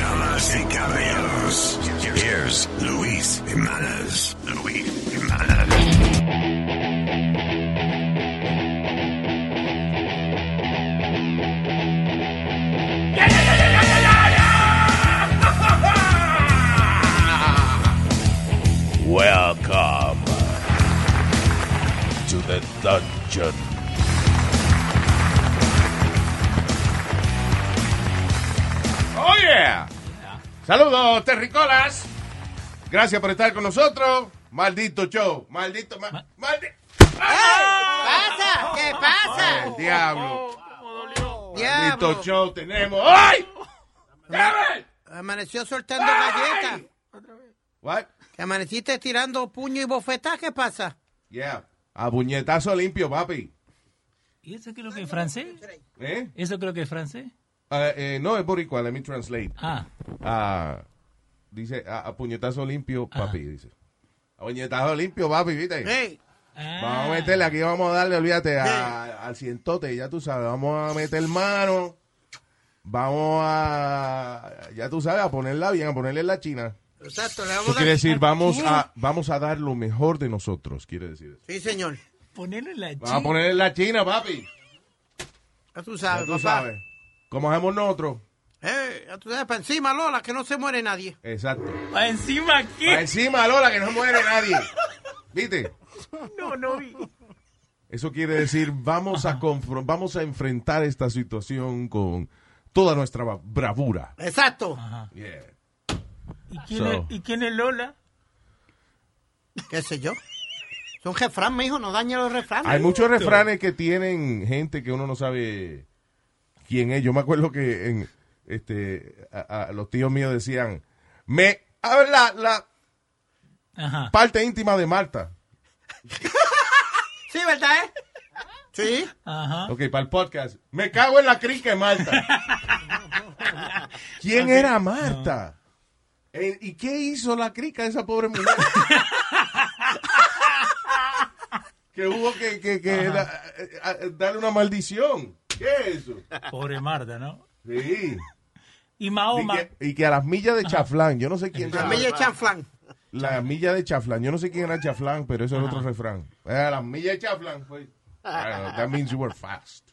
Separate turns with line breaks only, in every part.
Damas y caballeros, here's Luis Jimenez. Luis Jimenez.
Welcome to the dungeon.
¡Oh, yeah! Saludos, terricolas. Gracias por estar con nosotros. Maldito show. Maldito. ma- maldi-
pasa? ¿Qué
Oh,
pasa?
El diablo. Maldito
Diablo.
show tenemos. ¡Ay!
Amaneció soltando galletas.
What?
Que amaneciste tirando puño y bofetas. ¿Qué pasa?
Yeah. A puñetazo limpio, papi.
¿Y eso creo que es francés?
¿Eh?
¿Eso creo que es francés?
Ah, eh, no, es boricua. Let me translate.
Ah.
Ah, dice, "Ah, a, a puñetazo limpio, papi, dice. A puñetazo limpio, papi, ¿viste?
Hey.
Vamos a meterle, aquí vamos a darle, olvídate, a- al cientote, ya tú sabes, vamos a meter mano, vamos a, ya tú sabes, a ponerla bien, a ponerle la china.
Exacto, le vamos
Eso
a
quiere decir, vamos a, vamos a dar lo mejor de nosotros, quiere decir eso.
Sí, señor.
Ponerle la
Vamos a ponerle la china, papi,
Ya tú
ya
sabes,
tú
papá.
sabes, como hacemos nosotros.
Eh, ya tú sabes, para encima, Lola, que no se muere nadie.
Exacto.
¿Para encima
Pa'
qué?
encima, Lola, que no muere nadie, ¿viste?
No, no vi.
Eso quiere decir, vamos a, confron- vamos a enfrentar esta situación con toda nuestra ba- bravura.
Exacto.
Yeah.
¿Y quién,
So.
es, ¿Y quién es Lola?
¿Qué sé yo? Son refrán, mijo, no dañe los refranes.
Hay muchos refranes que tienen gente que uno no sabe quién es. Yo me acuerdo que en, este, a- a- los tíos míos decían, me habla la
Ajá.
parte íntima de Marta.
Sí, ¿verdad, eh? Sí.
Ajá.
Ok, para el podcast. Me cago en la crica de Marta. ¿Quién era Marta? Eh, ¿Y qué hizo la crica esa pobre mujer? que hubo que, que- que da- eh, eh, darle una maldición. ¿Qué es eso?
Pobre Marta, ¿no?
Sí.
Y
Y
Mahoma.
que, y que a las millas de Chaflán, yo no sé quién
La milla de chanflán.
La milla de Chaflán, yo no sé quién era Chaflán, pero eso es otro refrán. Eh, A las millas de Chaflán, pues. Bueno, that means you were fast.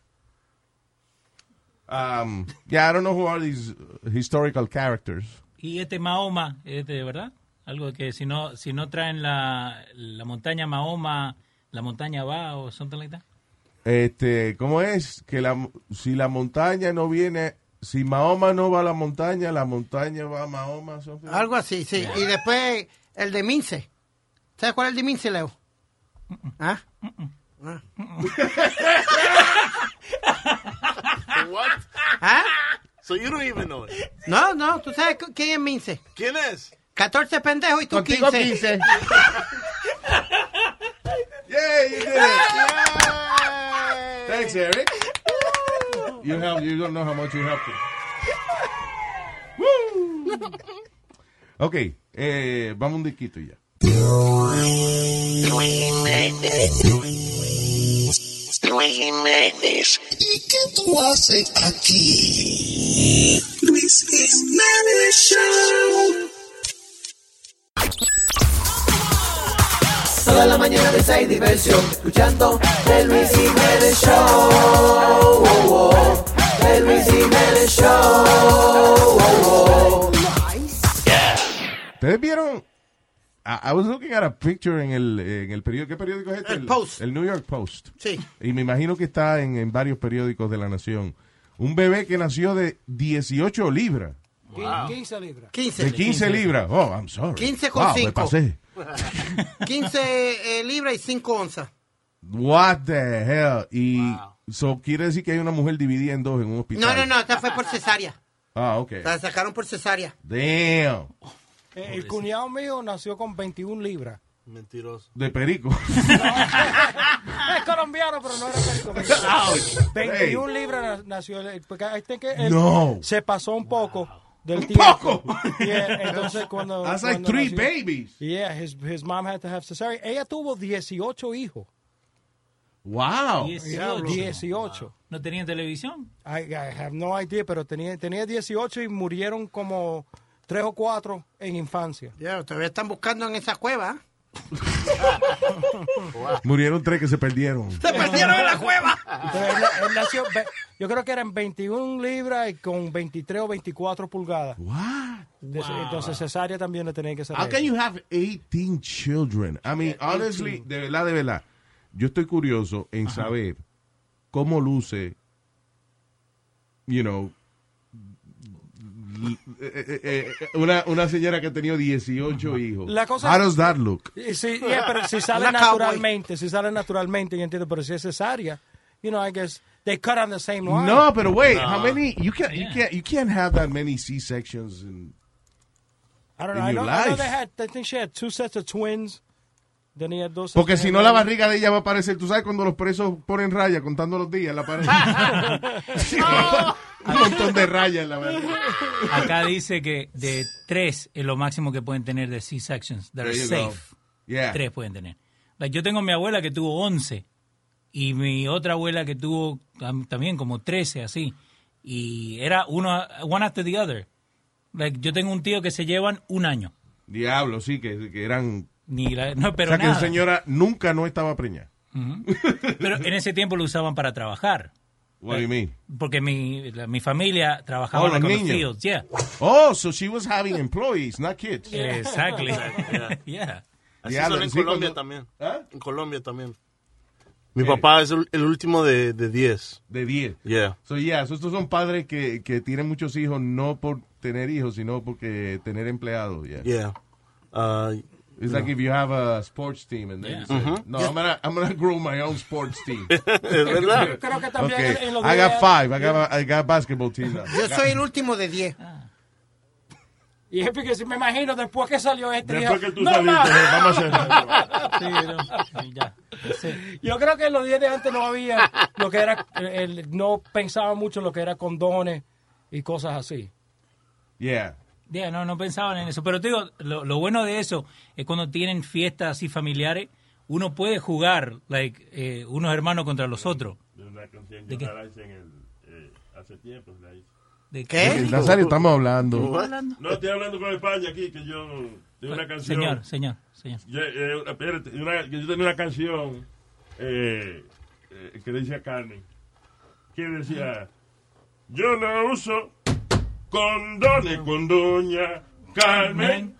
Um, yeah, I don't know who are these uh, historical characters.
Y este Mahoma, este, ¿verdad? Algo que si no, si no traen la, la montaña Mahoma, la montaña va o something like that.
Este, ¿cómo es? Que la, si la montaña no viene, si Mahoma no va a la montaña, la montaña va a Mahoma. something.
Algo así, sí. Y después el de Mince. ¿Sabes cuál es el de Mince, Leo? ¿Ah? Ah.
What?
¿Ah?
So you don't even know it.
No, no, tú sabes cu- quién es Mince.
¿Quién es?
14 pendejos y tú
Contigo
15.
15. Yeah, you did it. Thanks, Eric. You help. You don't know how much you helped. him. Woo. Ok, eh, vamos un disquito ya.
Luis Jiménez. ¿Y qué tú haces aquí? Luis Jiménez Show. Toda la mañana de hay diversión, escuchando el Luis Jiménez Show. El Luis Jiménez Show.
¿Ustedes vieron? I, I was looking at a picture en el, en el periódico. ¿Qué periódico es este?
El Post.
El New York Post.
Sí.
Y me imagino que está en, en varios periódicos de la nación. Un bebé que nació de 18 libras.
15 libras.
15.
De 15 libras. Oh, I'm sorry.
15 con
wow, me
cinco.
pasé.
15 eh, libras y 5 onzas.
What the hell? Y so, quiere decir que hay una mujer dividida en dos en un hospital.
No, no, no, esta fue por cesárea.
Ah, ok.
La sacaron por cesárea.
Damn.
Eh, el cuñado mío nació con 21 libras.
Mentiroso.
De perico.
colombiano, pero no era colombiano. 21 libras na- nació. el- Porque I think él
No.
se pasó un poco del
¡Un
tiempo.
poco!
Yeah, entonces cuando.
That's like
cuando
three
nació-
babies.
Yeah, his, his mom had to have cesárea. Ella tuvo 18 hijos.
Wow.
18.
18.
¿No tenían televisión?
I, I have no idea, pero tenía, tenía 18 y murieron como 3 o 4 en infancia.
Ya, todavía están buscando en esa cueva.
Murieron tres que se perdieron.
¡Se perdieron en la cueva!
Entonces, él, él nació, ve- yo creo que eran 21 libras y con 23 o 24 pulgadas.
What?
De- Entonces cesárea también le tenía que hacer.
How can you have 18 children? I mean, honestly, de verdad, de verdad. Yo estoy curioso en saber cómo luce, you know, l- eh, eh, eh, una, una señora que ha tenido 18 hijos.
La cosa-
How does that look?
Y Sí, yeah, pero si sale
Una cowboy.
naturalmente, si sale naturalmente, yo entiendo, pero si es cesárea, you know, I guess they cut on the same line.
No, pero wait, how many? You can't, you can't, you can't have that many C-sections. And,
I don't
in
know. I
your
know, I know
life.
they had, I think she had two sets of twins. Tenía dos. sets
porque
of
si no, la
gemelos.
barriga de ella va a aparecer. Tú sabes cuando los presos ponen raya contando los días en la pared. Sí, Un montón de rayas en la barriga.
Acá dice que de tres es lo máximo que pueden tener de C-sections. They're
There you go.
safe.
Yeah.
Tres pueden tener. Like, yo tengo mi abuela que tuvo 11 y mi otra abuela que tuvo tam- también como 13, así. Y era uno, one after the other. Like, yo tengo un tío que se llevan un año.
Diablo, sí, que, que eran...
Ni la- no, pero
o sea, que
nada.
la señora nunca no estaba preñada.
Pero en ese tiempo lo usaban para trabajar.
What do you
Eh.
mean?
Porque mi, la- mi familia trabajaba
Oh, los
con los
niños.
tíos. Yeah.
Oh, so she was having employees, not kids.
Exactly. Yeah.
Así
Diablo,
son en
sí,
Colombia
cuando-
también.
¿Ah?
En Colombia también. Mi papá es el, el último de de 10.
Eh, De 10.
yeah.
So, yeah, so estos son padres que, que tienen muchos hijos no por tener hijos, sino porque tener empleados, yeah.
Yeah. Uh, Mm-hmm.
It's like if you have a sports team and then you say, Mm-hmm. no, I'm gonna, I'm gonna grow my own sports team.
es verdad.
Creo que también
Okay,
en los
I got
días-
five, I got, I got basketball team now.
Yo soy el último de 10.
Y es porque si me imagino después que salió este.
Después
dijo,
que tú
"No
saliste,
más".
vamos a hacer.
Sí, no, ya. Sí.
Yo creo que en los días de antes no había lo que era, el- el- no pensaba mucho en lo que era condones y cosas así.
Yeah.
Yeah, no, no pensaban en eso. Pero te digo, lo, lo bueno de eso es cuando tienen fiestas así familiares, uno puede jugar, like, eh, unos hermanos contra los otros.
Una canción que
qué?
yo la hice en el, eh, hace tiempo. la hice.
¿De
¿Qué?
Nazario, estamos hablando.
¿Estás hablando?
No, estoy hablando con España aquí, que yo... De una canción...
Señor, señor, señor.
Yo, eh, espérate, una- yo tenía una canción eh, eh, que decía Carmen, que decía, ah, yo no uso condones con doña Carmen,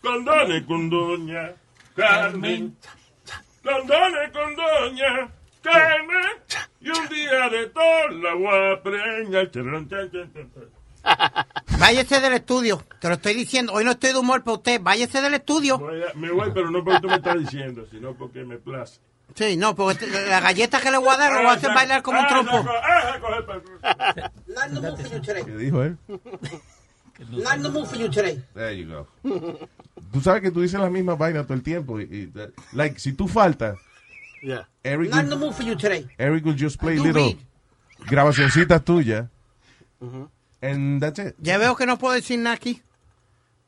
condones con doña Carmen, condones con doña Carmen, y un día de todo la voy a preñar. Chararán, chan, chan, chan, chan.
Váyase del estudio. Te lo estoy diciendo. Hoy no estoy de humor para usted. Váyase del estudio.
Voy a- Me voy, pero no porque tú me estás diciendo, sino porque me place.
Sí, no, porque te- la galleta que le voy a dar lo voy a hacer bailar como un
Ah,
trompo.
saco- ah, saco el papel.
Not in the mood for you today.
¿Qué dijo él?
Not in the mood for you today.
There you go. tú sabes que tú dices las mismas vainas todo el tiempo. Y, y that- like, si tú faltas,
Yeah.
Eric,
Not in the
will,
mood for you today.
Eric will just play
I do
little
read.
grabacioncitas tuyas. And that's it.
Ya veo que no puedo decir nada aquí.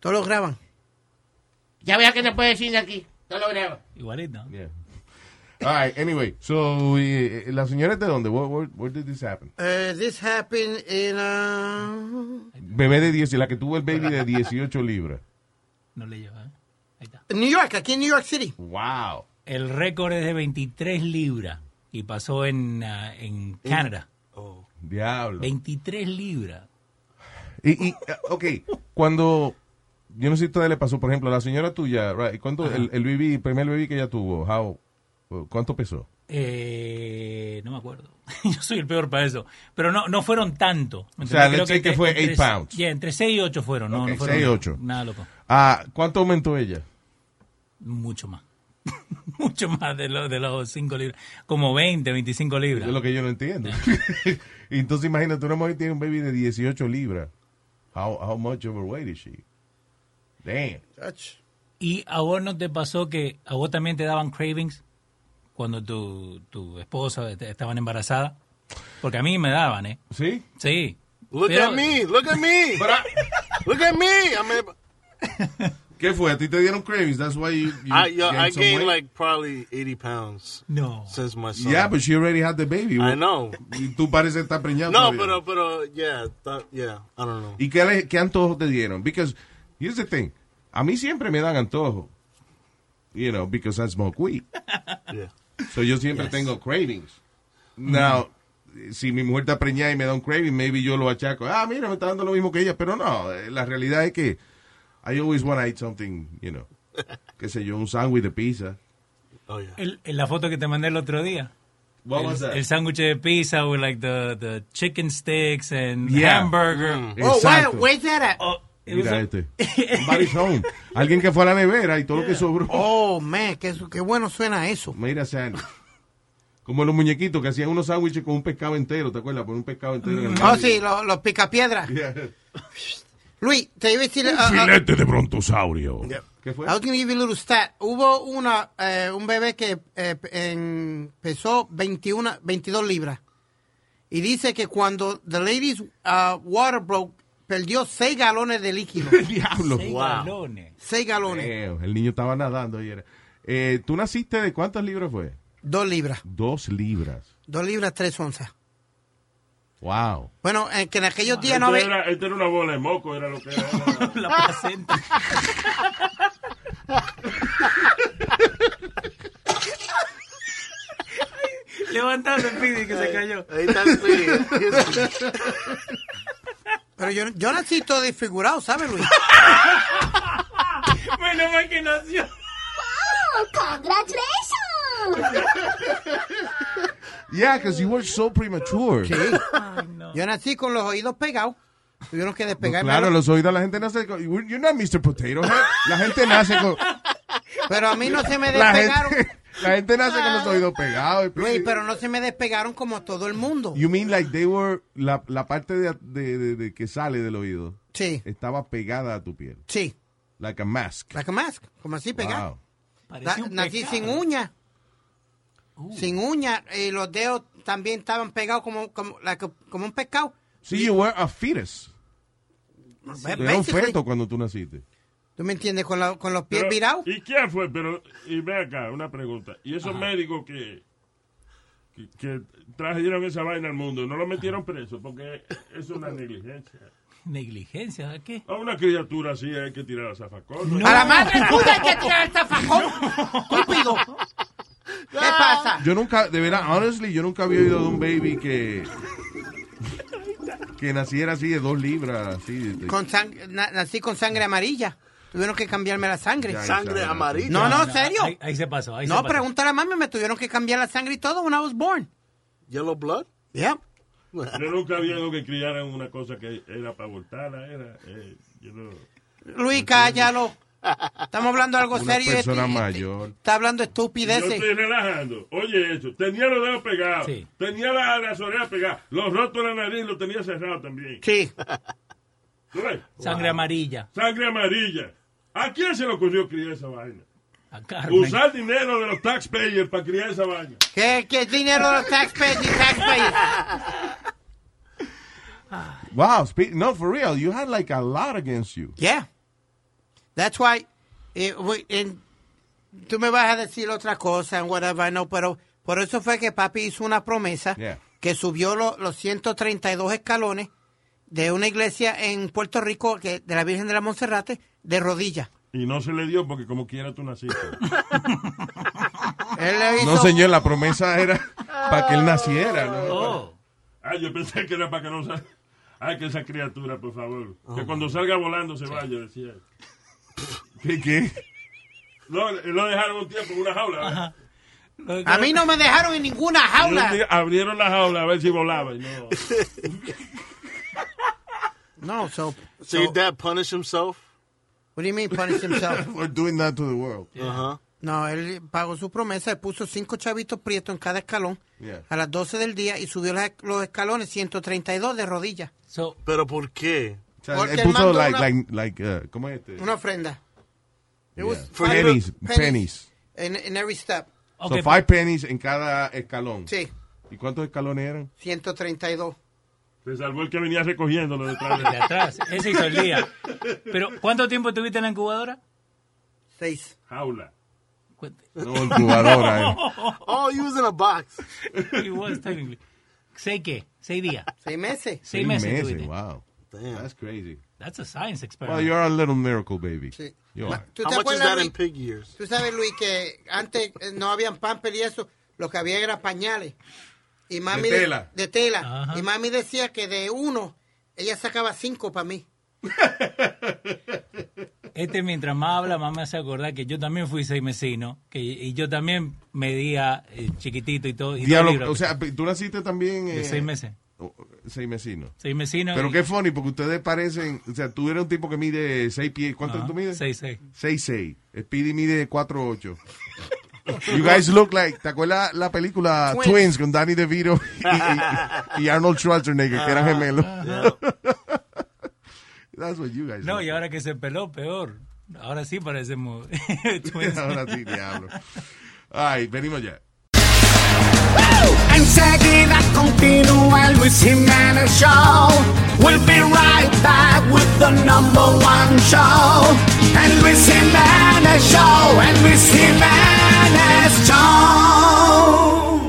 Todos lo graban.
Ya veo que te puedo decir de aquí. No lo grabo.
Igualito.
Yeah. All right, anyway. So, eh, eh, ¿la señora es de dónde? Where, where- where did this happen?
Eh, this happened in uh,
Bebé de 10, la que tuvo el baby de 18 libras.
No le lleva. ¿eh? Ahí está.
New York, aquí en New York City.
Wow.
El récord es de 23 libras y pasó en, ah, en
Eh,
Canadá.
Oh.
oh. Diablo.
23 libras.
Y, y, eh, ok, cuando... Yo no sé si a ustedes le pasó, por ejemplo, a la señora tuya, right, ¿cuánto el, el baby, el primer baby que ella tuvo? how- ¿Cuánto pesó?
Eh, no me acuerdo. Yo soy el peor para eso. Pero no, no fueron tanto. ¿me
O sea, let's
entiendes?
say que fue
entre-
eight pounds.
yeah, entre 6 y 8 fueron. No,
Ok,
no fueron
seis, ocho.
Nada loco.
Ah, ¿cuánto aumentó ella?
Mucho más. Mucho más de, lo- de los 5 libras. Como 20, 25
Es
libras.
lo que yo no entiendo. Y Entonces imagínate, una mujer tiene un baby de 18 libras. How, how much overweight is she? Damn.
¿Y a vos no te pasó que a vos también te daban cravings? cuando tu, tu esposa est- estaban embarazada? Porque a mí me daban, ¿eh?
¿Sí?
Sí.
Look
Pero-
at me, look at me. look at me. I'm a,
¿Qué fue? ¿A ti te dieron cravings? That's why you,
I,
you
Ah, yo, I
gained some
gained
weight?
like probably 80 pounds
No.
since my son.
Yeah, but she already had the baby.
I know.
Y tú pareces estar preñado
No,
todavía.
pero, pero, yeah, that, yeah, I don't know.
¿Y qué, le- qué antojos te dieron? Because, here's the thing. A mí siempre me dan antojos. You know, because I smoke weed.
Yeah.
So yo siempre tengo cravings.
Mm-hmm.
Now, si mi mujer está preñada y me da un craving, maybe yo lo achaco. Ah, mira, me está dando lo mismo que ella. Pero no, eh, la realidad es que I always want to eat something, you know. Qué sé yo, un sándwich de pizza.
Oh, yeah.
El- en la foto que te mandé el otro día.
What
el,
was that?
el sándwich de pizza with like the, the chicken sticks and
Yeah. Mm.
hamburger.
Oh,
Exacto.
wait, where's that at?
Oh, it was
Mira
a-
este. Somebody's home. Alguien que fue a la nevera y todo lo que sobró.
Oh, man, qué, su- qué bueno suena eso.
Mira, sándwich. Como los muñequitos que hacían unos sándwiches con un pescado entero, ¿te acuerdas? Pon un pescado entero en el
Oh,
medio.
sí, los los picapiedras.
Yeah.
Luis, te iba a decir... ah, ah,
Filete de brontosaurio.
¿Qué fue?
I was gonna give you a little stat. Hubo una, eh, un bebé que eh, en- pesó 21, 22 libras. Y dice que cuando the lady's uh, water broke, perdió 6 galones de líquido.
El diablo.
seis
Wow.
galones.
6 galones.
Damn, el niño estaba nadando ayer. Eh, ¿Tú naciste de cuántas libras fue?
2 libras.
Dos libras.
2 libras, 3 onzas.
Wow.
Bueno, eh, que en aquellos días no
Esto
había...
Ah, este era, esto era una bola de moco, era lo que era.
La placenta. Levantando el pidi que se cayó.
Ahí está el video.
Pero yo, yo nací todo desfigurado, ¿sabes, Luis?
Menos mal que nació.
Yeah, because you were so premature.
Sí. Yo nací con los oídos pegados. Tuvieron que despegarme.
pues Claro,
a los-
los oídos la gente nace con... You're not Mr. Potato Head. La gente nace con...
Pero a mí no se me
La
despegaron.
gente, la gente nace con los oídos pegados.
Luis, pero no se me despegaron como todo el mundo.
You mean like they were... La, la parte de, de- de- de que sale del oído
Sí,
estaba pegada a tu piel.
sí.
Like a mask.
Like a mask, como así pegado.
Wow.
Na-
Parecía un
nací
pescado.
sin uña.
Uh.
Sin uña. Y los dedos también estaban pegados como, como, like a- como un pescado.
So you were a fetus. Era un
Basically,
feto cuando tú naciste.
¿Tú me entiendes? Con, la- con los pies
Pero,
virados.
¿Y quién fue? Pero, y ve acá, una pregunta. ¿Y esos médicos que, que, que trajeron esa vaina al mundo, no lo metieron preso? Porque es una negligencia.
Negligencia, ¿a ¿qué?
A una criatura así hay que tirar a zafacón.
¡A la madre puta hay que tirar el zafajón! ¡Estúpido! ¿Qué pasa?
Yo nunca, de verdad, honestly, yo nunca había oído de un baby que. que naciera así de dos libras, así. de-
Con sang- na- nací con sangre amarilla. Tuvieron que cambiarme la sangre.
Ya,
Sangre
ya.
amarilla.
No, no, serio.
Ahí, ahí se pasó. Ahí se
No,
pasó.
pregúntale a mami, me tuvieron que cambiar la sangre y todo when I was born.
Yellow blood?
Yeah.
Yo nunca había oído que criaran una cosa que era para abortarla. Era, eh, yo no-
Luis, cállalo. Estamos hablando algo
Una
serio.
persona
este-
mayor.
Está hablando
Yo
estupideces.
estoy relajando. Oye, eso. Tenía los dedos pegados.
Sí.
Tenía la- las orejas pegadas. Los rotos de la nariz los tenía cerrados también.
Sí.
¿Tú ves?
Sangre amarilla.
Sangre amarilla. ¿A quién se le ocurrió criar esa vaina?
A Carmen.
Usar dinero de los taxpayers para criar esa vaina.
¿Qué, qué dinero de los taxpayers y taxpayers?
Wow, spe- no, for real, you had like a lot against you.
Yeah. That's why. eh, we- en- tú me vas a decir otra cosa, and whatever, I know, pero por eso fue que papi hizo una promesa
Yeah.
que subió lo- los 132 escalones de una iglesia en Puerto Rico que, de la Virgen de la Monserrate de rodillas.
Y no se le dio porque como quiera tú naciste.
Él le hizo
No, señor, la promesa era para que él naciera, ¿no?
Oh.
Ah, yo pensé que era para que no salga. Ay, que esa criatura, por favor.
Oh.
que cuando salga volando se vaya, decía. él.
¿Qué, qué?
Lo, lo dejaron un tiempo en una jaula. ¿eh? ¿verdad?
A mí no me dejaron en ninguna
Y un día
jaula.
abrieron la jaula a ver si volaba. Y no.
No, so,
So your dad punished himself?
what do you mean punish himself?
We're doing that to the world.
Uh-huh.
No, él pagó su promesa, él puso cinco chavitos prietos en cada escalón
Yeah.
a las 12 del día y subió las- los escalones 132 de rodillas.
So,
Pero ¿por qué?
O sea,
Porque
él
él
puso
mandó
like,
una-
like, like, uh, ¿cómo es este?
Una ofrenda. It was
Pennies, pennies.
in, in every step.
Ok,
so five pennies en cada escalón.
Sí,
¿Y cuántos escalones eran?
132.
Se salvó el que venía recogiéndolo detrás.
De atrás. Ese hizo el día. Pero, ¿cuánto tiempo tuviste en la incubadora?
6.
Jaula.
Cu-
No, incubadora. eh.
Oh, he was in a box.
It was technically. ¿Seis qué? ¿Seis días?
¿Seis meses?
¿Seis meses tuviste?
wow. That's crazy.
That's a science
Well,
experiment.
you're a little miracle baby.
Sí.
You
Ma-
are.
¿Tú
How
te
much is
acuerdas,
that in
Luis?
pig years?
Tú sabes, Luis, que antes eh, no habían pamper y eso. Lo que había era pañales. Y mami
De tela.
de tela.
Ajá.
Y mami decía que de uno, ella sacaba cinco para mí.
Este, mientras más habla, más me hace acordar que yo también fui seis mesino. Que, y yo también medía eh, chiquitito y todo. Y dos libras,
Diablo, o sea, tú naciste también.
de
eh,
seis meses.
oh, Seis mesino.
Seis mesino.
Pero
y-
qué funny, porque ustedes parecen. O sea, tú eres un tipo que mide seis pies. ¿Cuánto
Ajá,
tú mides?
Seis, seis.
6'6. Speedy mide 4'8. You guys look like, ¿te acuerdas la película Twins,
Twins.
con Danny DeVito y, y Arnold Schwarzenegger, que eran gemelos? That's what you guys
No,
look
y ahora que se peló, peor. Ahora sí parecemos
like.
twins.
Ahora sí, diablo. Ay, venimos ya.
Enseguida continúa el Luis Jiménez Show. We'll be right back with the number one show. El Luis Jiménez Show, el Luis Jiménez Show.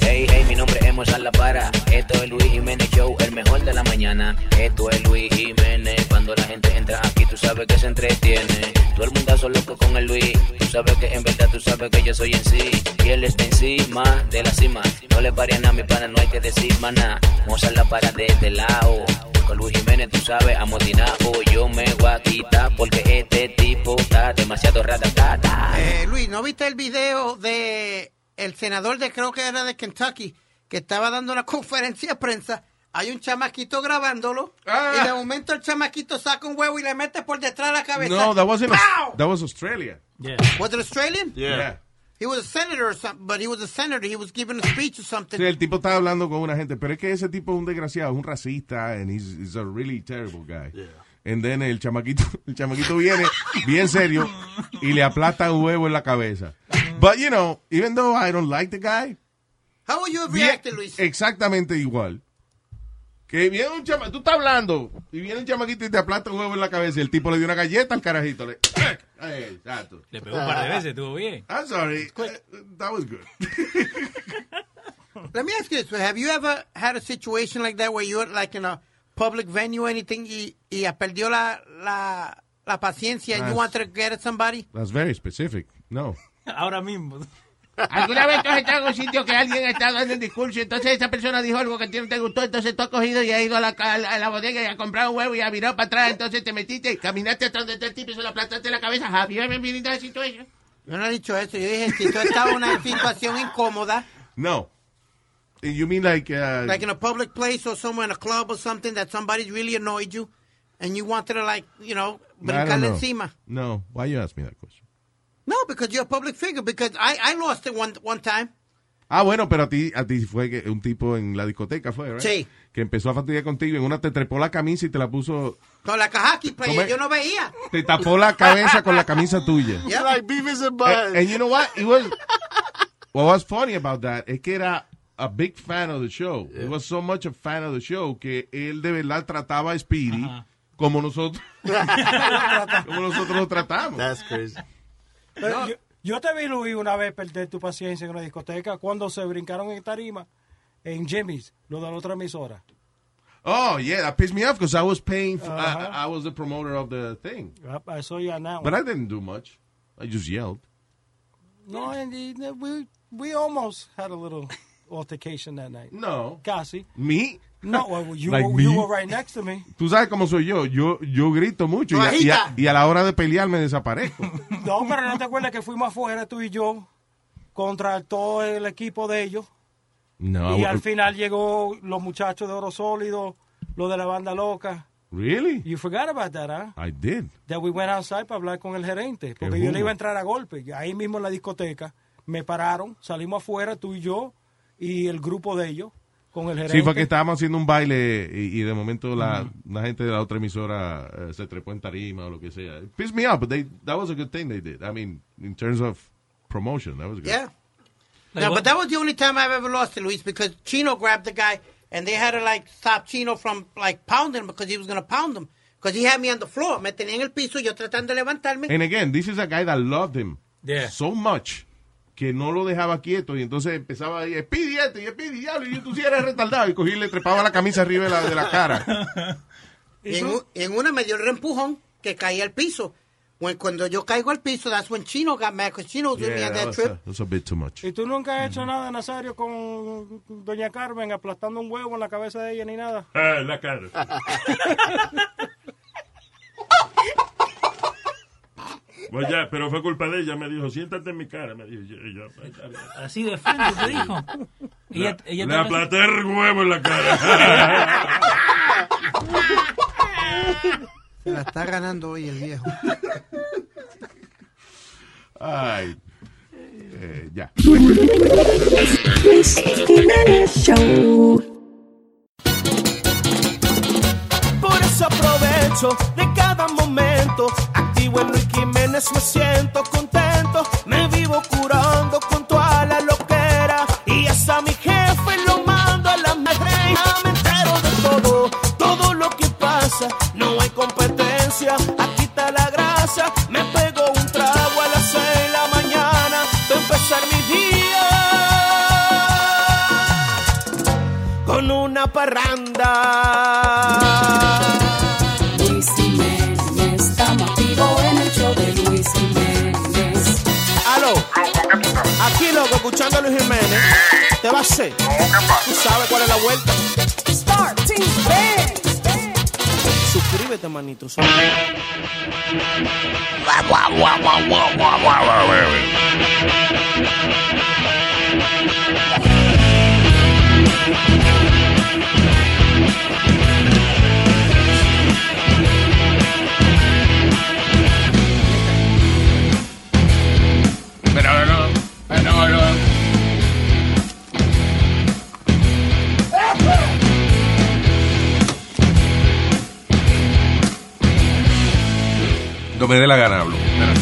Hey, hey, mi nombre es Mozart La Para. Esto es Luis Jiménez Show, el mejor de la mañana. Esto es Luis Jiménez. Cuando la gente entra aquí, tú sabes que se entretiene. Todo el mundazo loco con el Luis. Tú sabes que en verdad tú sabes que yo soy en sí. Y él está encima de la cima. No le parían a mi pana, no hay que decir maná. Mozart La Para desde lado. Con Luis Jiménez, tú sabes, amotinado. Yo me voy a quitar porque este tipo está demasiado ratatata.
Eh, Luis, ¿no viste el video de el senador de creo que era de Kentucky que estaba dando una conferencia de prensa? Hay un chamaquito grabándolo
Ah.
y de momento el chamaquito saca un huevo y le mete por detrás la cabeza.
No, that wasn't,
¡Pow!
that was Australia.
Yeah.
Was it Australian?
Yeah.
He was a senator or something, but he was a senator. He was giving a speech or something.
Sí, el tipo estaba hablando con una gente, pero es que ese tipo es un desgraciado, es un racista, and he's, he's a really terrible guy. And then el chamaquito, el chamaquito viene bien serio y le aplasta un huevo en la cabeza. But you know, even though I don't like the guy,
How would you have
bien-
reacted, Luis?
exactamente igual. Que viene un chama, tú estás hablando y viene el chamaquito y te aplasta un huevo en la cabeza y el tipo le dio una galleta al carajito. Le, Ay, exacto.
Le pegó un par de veces, estuvo bien.
I'm sorry, eh, that was good.
Let me ask you this: Have you ever had a situation like that where you're like in a public venue or anything y, y perdió la, la, la paciencia and you
Nice.
wanted to get at somebody?
That's very specific. No.
Ahora mismo.
¿Alguna vez tú has estado en un sitio que alguien ha estado dando un discurso y entonces esa persona dijo algo que a ti no te gustó, entonces tú has cogido y has ido a la, ca- a la- a la bodega y has comprado un huevo y has virado para atrás, entonces te metiste, caminaste hasta donde está el tipo y se lo aplastaste en la cabeza? Javier, me viniste a esa situación.
Yo no he dicho eso. Yo dije, si tú estás en una situación incómoda,
No. You mean like, uh,
like in a public place or somewhere in a club or something that somebody really annoyed you and you wanted to like, you
I
know,
don't
brincarle
know.
encima.
No, why you ask me that question?
No, because you're a public figure. Because I, I lost it one, one time.
Ah, bueno, pero a ti, a ti fue que un tipo en la discoteca, fue, ¿verdad?
Sí.
Que empezó a fastidiar contigo, en una te trepó la camisa y te la puso,
Con la Kajaki
¿Cómo
player,
es?
yo no veía.
te tapó la cabeza con la camisa tuya.
Yeah.
Like Beavis and
And,
Butthead.
and you know what? It was, what was funny about that es que era a big fan of the show. He was so much a fan of the show que él de verdad trataba a Speedy como nosotros, como nosotros lo tratamos.
That's crazy.
Pero yo, yo te vi, Luis, una vez perder tu paciencia en una discoteca cuando se brincaron en tarima en Jimmy's, lo de la otra emisora.
Oh, yeah, that pissed me off because I was paying, for, I, I was the promoter of the thing.
I saw you on that
But
one.
I didn't do much. I just yelled.
No, and the- we, we almost had a little altercation that night.
No.
Casi.
¿Me?
No, well, you,
Like
were, you
me?
were right next to me.
Tú sabes cómo soy yo. Yo, yo grito mucho y a, y a- y a la hora de pelear me desaparezco.
No, pero no te acuerdas que fuimos afuera tú y yo contra todo el equipo de ellos.
No.
y
I-
al final llegó los muchachos de Oro Sólido, los de la banda loca.
Really?
You forgot about that, ¿ah?
I did.
that we went outside para hablar con el gerente, porque yo
bueno.
le iba a entrar a golpe. Y Ahí mismo en la discoteca me pararon, salimos afuera, tú y yo, y el grupo de ellos, con el gerente.
Sí, fue que estábamos haciendo un baile y, y de momento la, la gente de la otra emisora eh, se trepó en tarima o lo que sea. It pissed me off, but they, that was a good thing they did. I mean, in terms of promotion. That was good.
Yeah. no, but that was the only time I've ever lost to Luis because Chino grabbed the guy and they had to like stop Chino from like pounding him because he was going to pound him. Because he had me on the floor. Me tenía en el piso, yo tratando de levantarme.
And again, this is a guy that loved him
Yeah.
so much que no lo dejaba quieto y entonces empezaba ahí, Speedy este y Speedy diablo y tú sí eres retardado y cogí y le trepaba la camisa arriba de la, de la cara.
Y en, u- en una me dio el reempujón que caí al piso. When- Cuando yo caigo al piso, that's when Chino got mad because Chino was with me
Yeah,
on
that
that
was
trip.
a, that was a bit too much.
¿Y tú nunca has hecho nada, Nazario, con Doña Carmen aplastando un huevo en la cabeza de ella ni nada?
Ah, la cara. Pues ya, pero fue culpa de ella. Me dijo, siéntate en mi cara. Me dijo, yo- yo-
Así de frente te dijo. Ella, ella
le
te-
aplaté el huevo en la cara.
Se la está ganando hoy el viejo.
Ay. Eh, ya.
Luis Jiménez Show.
Por eso aprovecho de cada momento. Activo en Luis Jiménez, me siento contento. Me vivo curando con toda la loquera. Y hasta mi jefe lo mando a la madre. Ya me entero de todo, todo lo que pasa. No hay competencia, aquí está la grasa. Me pego un trago a las seis de la mañana. De empezar mi día con una parranda.
Luis Jiménez, estamos activos en el show de Luis Jiménez.
Aló, aquí loco, escuchando a Luis Jiménez. ¿Te va a hacer? Tú sabes cuál es la vuelta. Suscríbete, manito.
Pero no, pero no.
No me dé la gana, hablo. Espérate.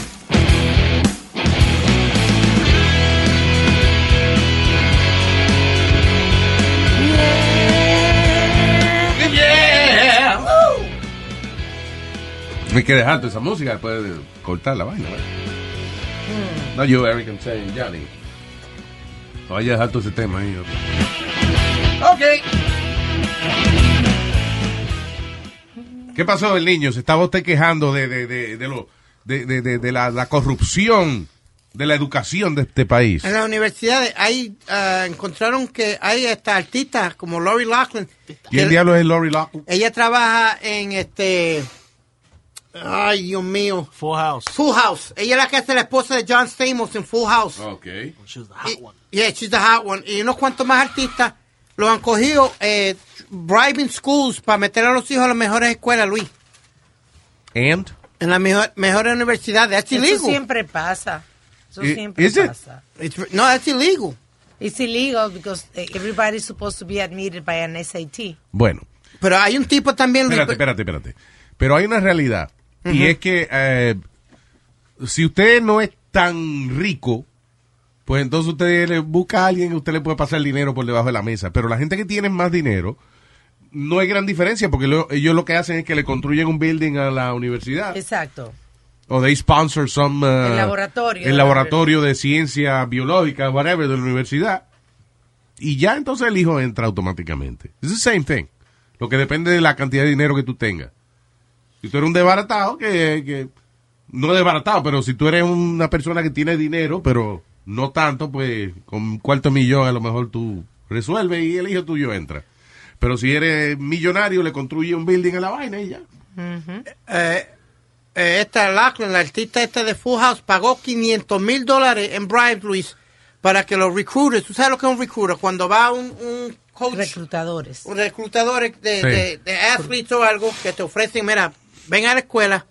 Hay que dejar toda esa música después de cortar la vaina. No, you, Eric, I'm saying, Johnny. Vaya a dejar todo ese tema ahí.
Okay.
¿Qué pasó el niño? Se estaba usted quejando de, de, de, de lo, de, de, de- de la, la corrupción de la educación de este país.
En las universidades hay, ah, encontraron que hay hasta artistas como Lori Lachlan.
¿Y el
que-
diablo es Lori Lock?
Ella trabaja en este. Ay, Dios mío.
Full House.
Full House. Ella es la que hace la esposa de John Stamos en Full House.
Ok.
Yeah, she's the hot one. Y unos cuantos más artistas los han cogido eh, bribing schools para meter a los hijos a las mejores escuelas, Luis.
And?
En las mejor, mejores universidades. That's
Eso
illegal.
siempre pasa. Eso
I-
siempre
is it?
pasa.
It's- no, that's illegal.
It's illegal because eh, everybody's supposed to be admitted by an SAT.
Bueno.
Pero hay un tipo también...
Espérate, espérate, espérate. Pero hay una realidad. Y es que eh, si usted no es tan rico, pues entonces usted le busca a alguien y usted le puede pasar el dinero por debajo de la mesa. Pero la gente que tiene más dinero, no hay gran diferencia porque lo- ellos lo que hacen es que le construyen un building a la universidad.
Exacto.
O they sponsor some... eh,
El laboratorio.
El laboratorio de ciencia biológica, whatever, de la universidad. Y ya entonces el hijo entra automáticamente. Es the same thing. Lo que depende de la cantidad de dinero que tú tengas. Si tú eres un desbaratado, que, que- no desbaratado, pero si tú eres una persona que tiene dinero, pero no tanto, pues con un cuarto millón a lo mejor tú resuelves y el hijo tuyo entra. Pero si eres millonario, le construye un building a la vaina y ya.
Eh, eh, esta Lachlan, la artista esta de Full House, pagó 500 mil dólares en bribes, Luis, para que los recruiters, ¿tú sabes lo que es un recruiter? Cuando va un, un coach...
Reclutadores.
Un reclutador de,
Sí.
de, de athletes o algo que te ofrecen, mira, ven a la escuela,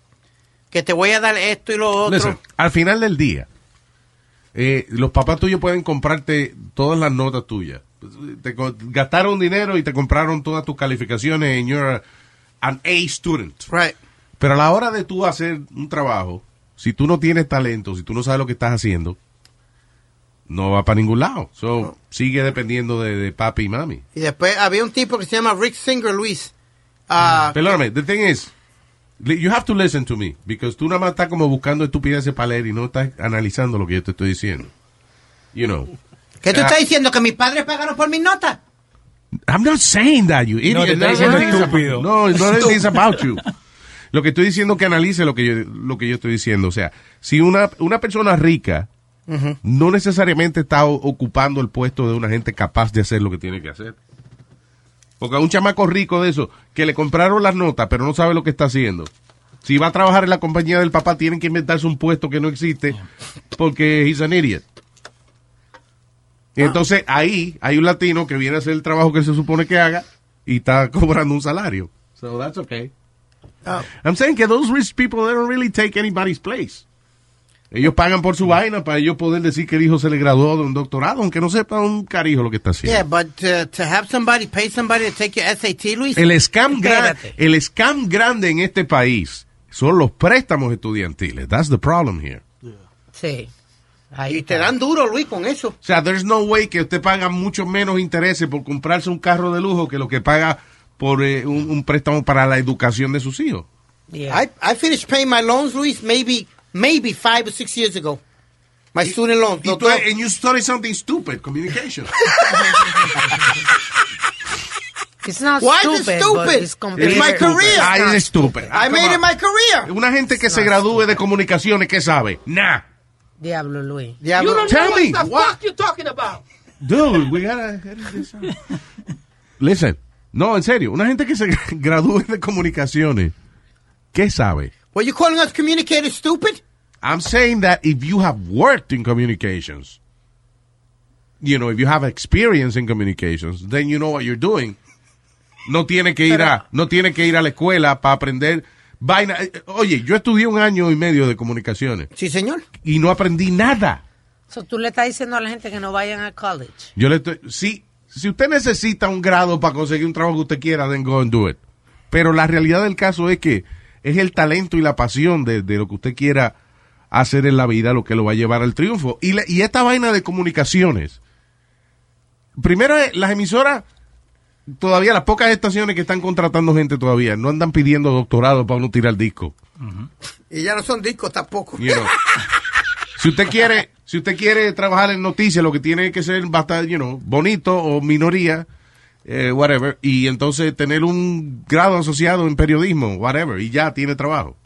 que te voy a dar esto y lo otro.
Listen, al final del día, eh, los papás tuyos pueden comprarte todas las notas tuyas. Te co- gastaron dinero y te compraron todas tus calificaciones en you're an A student. Pero a la hora de tú hacer un trabajo, si tú no tienes talento, si tú no sabes lo que estás haciendo, no va para ningún lado. So, sigue dependiendo de, de papi y mami.
Y después había un tipo que se llama Rick Singer Luis. Ah,
Perdóname, the thing is, li- you have to listen to me, because tú nada más estás como buscando estupideces para leer y no estás analizando lo que yo te estoy diciendo. You know. Uh,
¿Qué tú estás diciendo? ¿Que mis padres pagaron por mis notas?
I'm not saying that, you
No, te
idiot.
está diciendo
it's about-
estúpido.
No, it's not it's about you. Lo que estoy diciendo es que analice lo que yo, lo que yo estoy diciendo. O sea, si una, una persona rica no necesariamente está o- ocupando el puesto de una gente capaz de hacer lo que tiene que hacer. Porque a un chamaco rico de eso, que le compraron las notas, pero no sabe lo que está haciendo. Si va a trabajar en la compañía del papá, tienen que inventarse un puesto que no existe, porque he's an idiot. Y entonces ahí hay un latino que viene a hacer el trabajo que se supone que haga y está cobrando un salario. So that's okay. Oh. I'm saying que those rich people, they don't really take anybody's place. Ellos pagan por su vaina para ellos poder decir que el hijo se le graduó de un doctorado, aunque no sepa un carijo lo que está haciendo.
Yeah, but uh, to have somebody pay somebody to take your SAT, Luis.
El scam, gran-
Espérate.
el scam grande en este país son los préstamos estudiantiles. That's the problem here.
Sí. y te dan duro, Luis, con eso.
O sea, there's no way que usted paga mucho menos intereses por comprarse un carro de lujo que lo que paga por eh, un, un préstamo para la educación de sus hijos.
I, I finished paying my loans, Luis, maybe maybe five or six years ago. My student loans.
Y tú- and you study something stupid, communication.
It's not
Why
stupid,
is it
but
stupid?
it's compared.
It's my career.
Ah, es stupid.
I made it my career.
Una gente que se gradúe de comunicaciones, ¿qué sabe? Nah.
Diablo, Luis.
Diablo. You don't Tell know what me, the what-
fuck you talking about.
Dude, we gotta edit this out. Listen. No, en serio. Una gente que se gradúe de comunicaciones, ¿qué sabe?
Were you calling us communicators stupid?
I'm saying that if you have worked in communications, you know, if you have experience in communications, then you know what you're doing. No tiene que ir a, no tiene que ir a la escuela para aprender vaina. Eh, eh, Oye, yo estudié un año y medio de comunicaciones.
Sí, señor.
Y no aprendí nada.
So, tú le estás diciendo a la gente que no vayan a college.
Yo le estoy, si, si usted necesita un grado para conseguir un trabajo que usted quiera, then go and do it. Pero la realidad del caso es que es el talento y la pasión de, de lo que usted quiera hacer en la vida lo que lo va a llevar al triunfo. Y, la- y esta vaina de comunicaciones. Primero, eh, las emisoras, todavía las pocas estaciones que están contratando gente todavía, no andan pidiendo doctorado para uno tirar disco.
Y ya no son discos tampoco.
You know. si usted quiere, si usted quiere trabajar en noticias, lo que tiene que ser bastante, you know, bonito o minoría, eh, whatever, y entonces tener un grado asociado en periodismo, whatever, y ya tiene trabajo.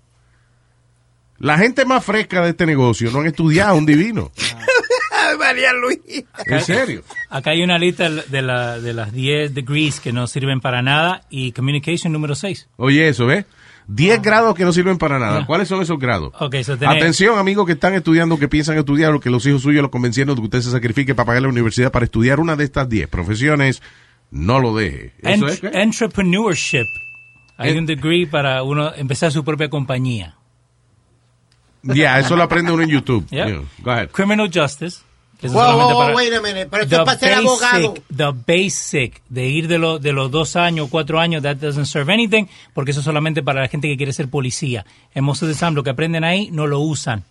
La gente más fresca de este negocio no han estudiado un divino.
María Luis.
¿En serio?
Acá hay una lista de, la- de las 10 degrees que no sirven para nada y communication número 6.
Oye, eso, ¿ves? 10 grados que no sirven para nada. Ah, ¿Cuáles son esos grados?
Ok, so tenés-
Atención, amigos que están estudiando, que piensan estudiar o que los hijos suyos los convencieron de que usted se sacrifique para pagar la universidad para estudiar una de estas 10 profesiones, no lo deje. ¿Eso
Ent-
es qué?
Entrepreneurship. Hay un degree para uno empezar su propia compañía.
Ya, eso lo aprende uno en YouTube.
Yeah.
Yeah, Go ahead.
Criminal justice. que eso
Wow,
solamente
wow,
para-
wait a minute, pero eso
The
es para ser abogado.
The basic, de ir de, lo- de los dos años, cuatro años, that doesn't serve anything, porque eso es solamente para la gente que quiere ser policía. En most of the time, lo que aprenden ahí no lo usan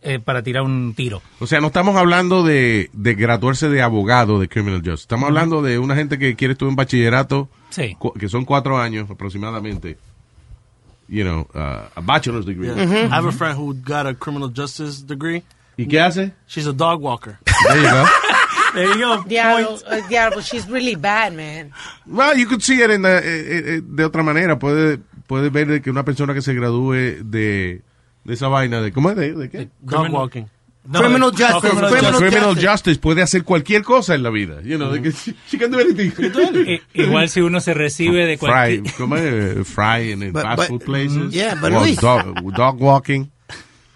eh, para tirar un tiro.
O sea, no estamos hablando de, de graduarse de abogado de criminal justice. Estamos hablando de una gente que quiere estudiar un bachillerato,
Sí.
cu- que son cuatro años aproximadamente. You know, uh, a bachelor's degree.
Yeah.
Mm-hmm.
I have a friend who got a criminal justice degree.
¿Y qué hace?
She's a dog walker.
There you go.
There you go.
Diablo, eh, diablo, she's really bad, man.
Well, you could see it in the- eh, eh, de otra manera. Puede, puede ver de que una persona que se gradúe de, de esa vaina de ¿cómo es? ¿De, de
Eh,
qué?
Dog walking.
Criminal justice, criminal
Criminal,
justice.
justice puede hacer cualquier cosa en la vida. You know, de que she, she can do anything.
I- igual si uno se recibe de
Fry,
cualquier...
¿cómo es? Fry in
But-
fast
but-
food places.
Yeah, but
Well,
Luis-
dog, dog walking.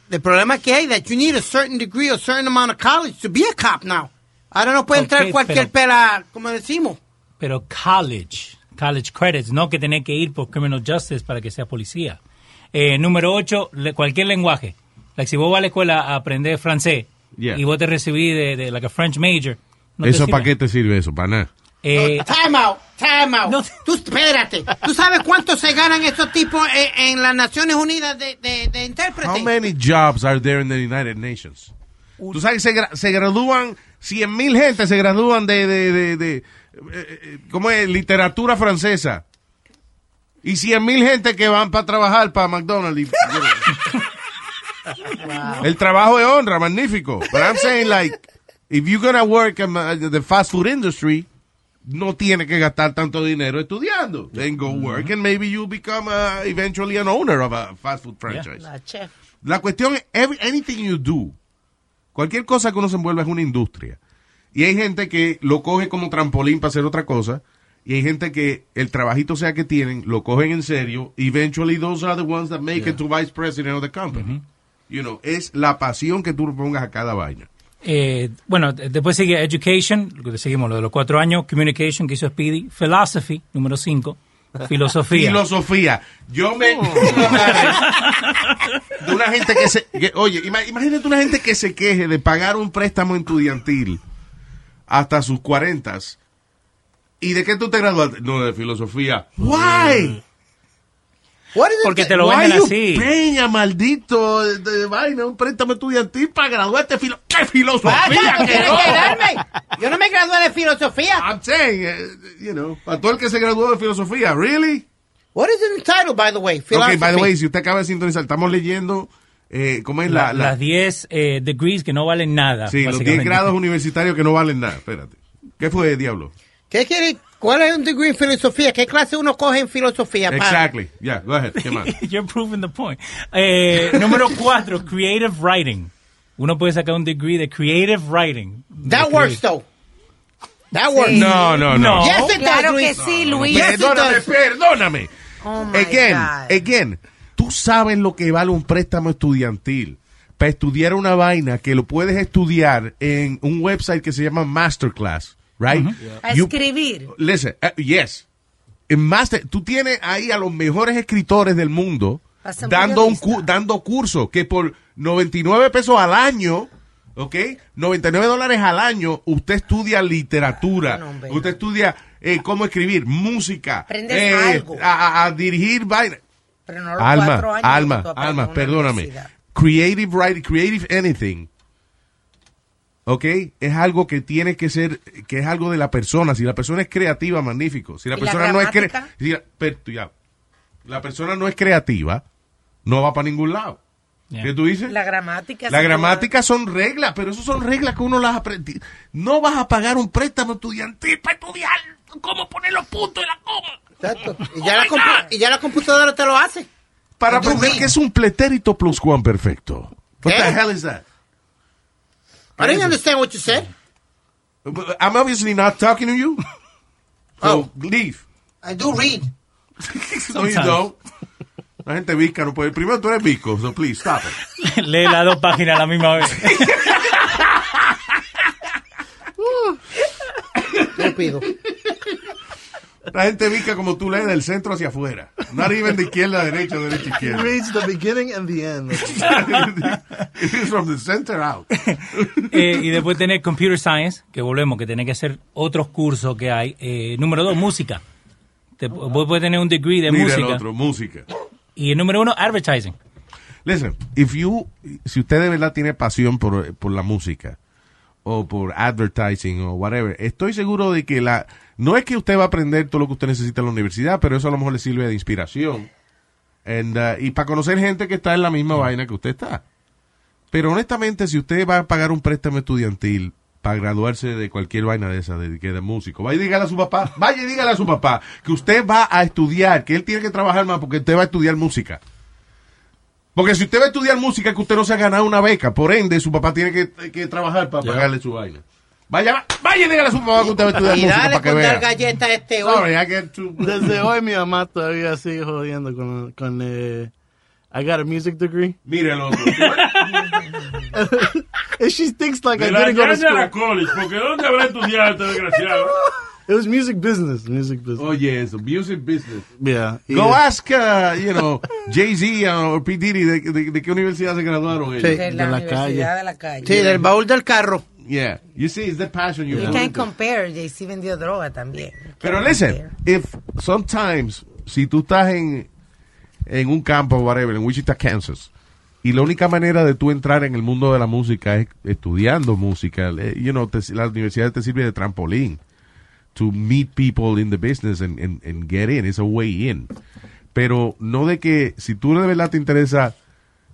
The problema que hay that you need a certain degree or certain amount of college to be a cop now. Ahora no puede entrar
Ok,
cualquier pela, como decimos.
Pero college, college credits, no que tenés que ir por criminal justice para que sea policía. Eh, número 8, cualquier lenguaje. Like, si vos vas a la escuela a aprender francés
Yeah.
y vos te recibís de, de like a French major, no te
¿Eso
sirve.
para qué te sirve eso? Para nada.
Eh,
Time out, time out. Tú espérate. ¿Tú sabes cuánto se ganan estos tipos en, en las Naciones Unidas de, de, de intérpretes?
How many jobs are there in the United Nations? Tú sabes que se, gra- se gradúan, 100 mil gente se gradúan de, de, de, de, eh, eh, ¿cómo es? Literatura francesa. Y 100 mil gente que van para trabajar para McDonald's. y- El trabajo es honra, magnífico. But I'm saying like, if you're gonna work in uh, the fast food industry, no tiene que gastar tanto dinero estudiando. Then go work and maybe you'll become uh, eventually an owner of a fast food franchise.
La chef.
La cuestión es, every- anything you do, cualquier cosa que uno se envuelva es una industria. Y hay gente que lo coge como trampolín para hacer otra cosa. Y hay gente que el trabajito sea que tienen, lo cogen en serio. Eventually those are the ones that make it to vice president of the company. You know, es la pasión que tú le pongas a cada vaina.
Eh, bueno, de- después sigue Education, lo que seguimos lo de los cuatro años, Communication que hizo Speedy, Philosophy, número cinco, Filosofía.
Filosofía. Yo me... De una gente que se... que- oye, ima- imagínate una gente que se queje de pagar un préstamo estudiantil hasta sus cuarentas. ¿Y de qué tú te graduaste? No, de filosofía. Why?
Porque te lo
Why
venden
you
así.
paying a maldito de, de vaina un préstamo estudiantil para graduarte filo qué filosofía
Vaya,
que
¿quieres
no?
quedarme?
Yo no me gradué de filosofía. I'm saying, eh, you know, a todo el que se graduó de filosofía, really?
What is it entitled, by the way?
Okay, by the
Philosophy.
way, si usted acaba de sintonizar, estamos leyendo eh, cómo es la,
La-
la-
las 10 eh, degrees que no valen nada.
sí, los 10
Ah, básicamente.
grados universitarios que no valen nada. Espérate. ¿Qué fue, diablo?
¿Qué quiere? ¿Cuál es un degree en filosofía? ¿Qué clase uno coge en filosofía? pa?
Exactly. Yeah, go ahead. ¿Qué más?
You're proving the point. Eh, número cuatro, Creative Writing. Uno puede sacar un degree de Creative Writing.
That works, though. That works.
No, no, no.
Yes, it
Claro
does,
que
Luis.
sí, Luis.
Yes, it
Perdóname,
does.
perdóname.
Oh, my
again, eh,
God.
again, tú sabes lo que vale un préstamo estudiantil para estudiar una vaina que lo puedes estudiar en un website que se llama Masterclass, right?
A
You-
escribir.
listen, uh, yes. En master, tú tienes ahí a los mejores escritores del mundo
Pasan
dando un cu- dando curso que por 99 pesos al año, ¿ok? 99 dólares al año, usted estudia literatura, usted estudia eh, cómo escribir, música,
Aprendes
eh,
algo.
A, a- a dirigir vaina.
Pero no los cuatro
Alma,
años.
alma,
que tú aprendes
alma,
una
perdóname.
universidad.
Creative writing, creative anything. ¿Ok? Es algo que tiene que ser, que es algo de la persona. Si la persona es creativa, magnífico. Si la
¿Y la
persona no es cre-
gramática?
si la, per- ya. La persona no es creativa, no va para ningún lado. ¿Qué tú dices?
La gramática.
La
sí,
gramática son reglas, pero eso son reglas que uno las aprende. No vas a pagar un préstamo estudiantil para estudiar cómo poner los puntos y la coma.
Exacto. Y ya, la compu- y ya la computadora te lo hace.
Oh, Para
What do you
aprender
mean?
que es un pretérito pluscuamperfecto. What the hell is that?
I didn't understand what you said.
But I'm obviously not talking to you. So leave.
I do read.
No, you don't. La gente visca no puede. Primero tú eres visco, so please stop it.
Lee las dos páginas a la misma vez.
Uh. Te pido.
La gente visca como tú lees del centro hacia afuera. Not even de izquierda a derecha, de derecha a
He
izquierda.
reads the beginning and the end.
It is from the center out.
Eh, y después tener Computer Science, que volvemos, que tiene que hacer otros cursos que hay. Eh, número dos, música. Te, vos puedes tener un degree de
Mira el
música.
otro, música.
Y el número uno, advertising.
Listen, if you, si usted de verdad tiene pasión por, por la música o por advertising o whatever, estoy seguro de que la no es que usted va a aprender todo lo que usted necesita en la universidad, pero eso a lo mejor le sirve de inspiración And, uh, y para conocer gente que está en la misma vaina que usted está. Pero honestamente, si usted va a pagar un préstamo estudiantil para graduarse de cualquier vaina de esa, de que de músico, vaya y dígale a su papá, vaya y dígale a su papá que usted va a estudiar, que él tiene que trabajar más porque usted va a estudiar música. Porque si usted va a estudiar música, que usted no se ha ganado una beca, por ende, su papá tiene que, que trabajar para pagarle su vaina. Vaya, vaya y dígale a su papá que usted va a estudiar
Y
música
dale
para que
con dar
vea.
galletas este hoy.
Sorry, I get too- Oh,
Desde hoy mi mamá todavía sigue jodiendo con, con eh, I got a music degree.
Mira el otro.
And she thinks like
De
I
la
didn't go to
ñaña a la
school.
college, porque ¿dónde habrá estudiado este desgraciado?
It was music business, music business.
Oh yes, music business.
Yeah. y-
Go ask, uh, you know, Jay-Z uh, o P. Diddy de, de- de qué universidad se graduaron ellos.
Sí, De la de la
universidad calle. de la calle.
Sí, del baúl del carro.
Yeah. You see, it's the passion you
You
have.
can't compare. Jay-Z vendió droga también.
Pero listen, if sometimes, si tú estás en, en un campo, whatever, en Wichita, Kansas, y Y la única manera de tú entrar en el mundo de la música es estudiando música. Eh, You know, te- la universidad te sirve de trampolín. To meet people in the business and, and- and get in. It's a way in. Pero no de que si tú de verdad te interesa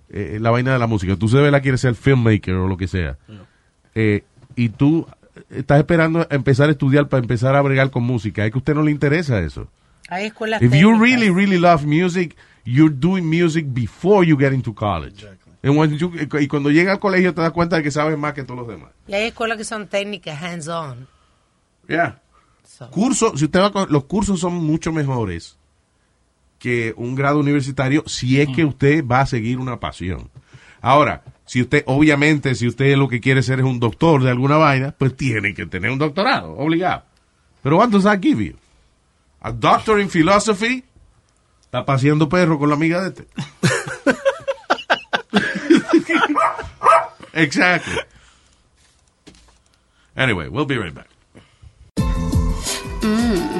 eh, la vaina de la música, tú de verdad quieres ser filmmaker o lo que sea, eh, y tú eh, estás esperando empezar a estudiar para empezar a bregar con música, es que a usted no le interesa eso.
Hay escuelas
If you
técnicas.
really, really love music, you're doing music before you get into college. And when you- y cuando llega al colegio te das cuenta de que sabes más que todos los demás.
Y hay escuelas que son técnicas, hands-on.
Yeah. Curso, si usted va con- los cursos son mucho mejores que un grado universitario si es que usted va a seguir una pasión. Ahora, si usted, obviamente, si usted lo que quiere ser es un doctor de alguna vaina, pues tiene que tener un doctorado, obligado. Pero what does that give you? A doctor in philosophy está paseando perro con la amiga de este. Exactly. Anyway, we'll be right back.
Mm,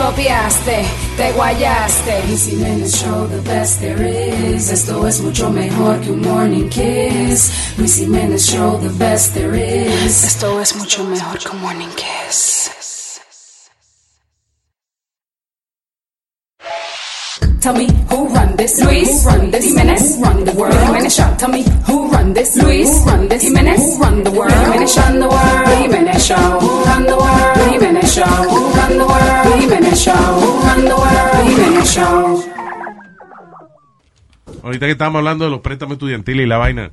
Copiaste, te guayaste. Luis Jiménez Show, the best there is. Esto es mucho mejor que un morning kiss. Luis Jiménez Show, the best there is. Esto es mucho mejor que un morning kiss. Tell me who run this? Luis. Who run this? Jimenez. Who run the world? Jimenez Show. Tell me who run this? Luis. Who run this? Jimenez. Who run the world? Jimenez Show. Who run the world? Jimenez Show. Who run the world? Jimenez Show. Who run the world? Jimenez Show. Who run the world? Jimenez Show.
Ahorita que estábamos hablando de los préstamos estudiantiles y la vaina.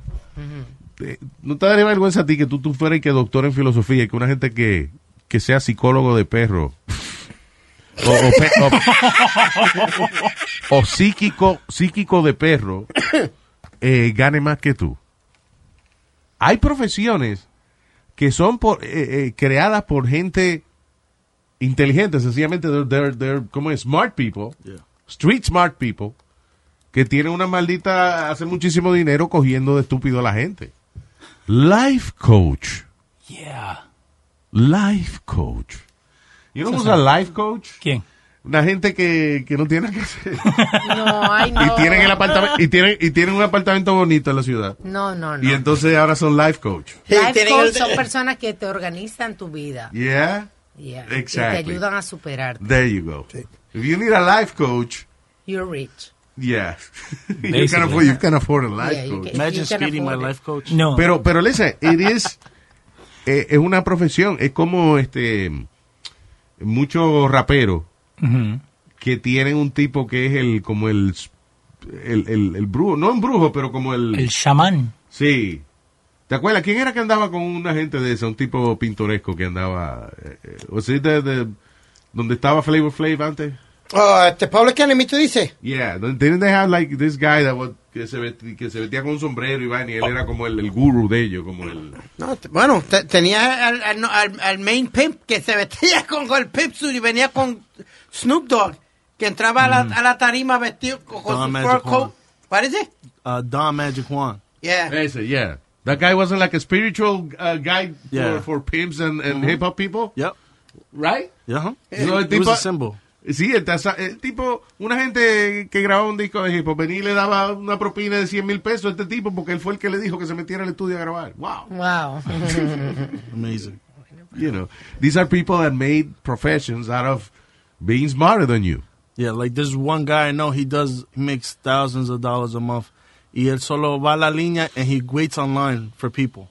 eh, ¿No te daría vergüenza a ti que tú, tú fueras y que doctor en filosofía y que una gente que, que sea psicólogo de perro o, o pe- o- o psíquico, psíquico de perro eh, gane más que tú? Hay profesiones que son por, eh, eh, creadas por gente inteligente, sencillamente, they're, they're, they're, ¿cómo es? Smart people, street smart people, que tienen una maldita, hacen muchísimo dinero cogiendo de estúpido a la gente. Life coach.
Yeah.
Life coach. You know who's a life coach?
¿Quién?
Una gente que, que no tiene que hacer.
No, ay, no.
Y tienen, el apartamento, y, tienen, y tienen un apartamento bonito en la ciudad.
No, no, no.
Y entonces ahora son life coach.
Life coach son personas que te organizan tu vida.
Yeah.
Yeah. Y te
Exactly.
ayudan a superarte.
There you go. If you need a life coach,
You're rich.
yeah. you, can afford, you can afford a life
Yeah, you
coach.
can- Imagine you can speeding my afford it. life
coach.
No.
Pero, pero listen, it is, eh, es una profesión. Es como este muchos raperos
Ujú.
que tienen un tipo que es el como el el, el, el brujo, no un brujo, pero como el
El chamán.
Sí. ¿Te acuerdas quién era que andaba con una gente de esa, un tipo pintoresco que andaba eh, eh, o sea, de, de- donde estaba Flavor Flav antes?
Ah, este Public Enemy, tú dices.
Yeah, didn't they have like this guy that was- que se vestía, que se vestía con un sombrero y vaina, y él era como el, el guru de ellos, como el
No, te- bueno, te- tenía al, al- no, al- al main pimp que se vestía con con el pipsuit y venía con Snoop Dogg, que entraba a, la, a la tarima vestido con, con
Don
su
Magic
fur
Wand.
coat. Parece.
Uh, Don Magic Juan.
Yeah.
Ese, yeah. That guy wasn't like a spiritual uh, guy
Yeah.
for, for pimps and, and
Mhm.
hip hop people.
Yep.
Right?
Yeah.
So, el
It was
tipo-
a symbol.
Sí, el, taza- el tipo, una gente que grababa un disco de hip hop, venía y le daba una propina de 100 mil pesos a este tipo porque él fue el que le dijo que se metiera al estudio a grabar. Wow.
Wow.
Amazing.
You know, these are people that made professions out of being smarter than you.
Yeah, like there's one guy I know. He does he makes thousands of dollars a month. Y él solo va a la línea and he waits online for people.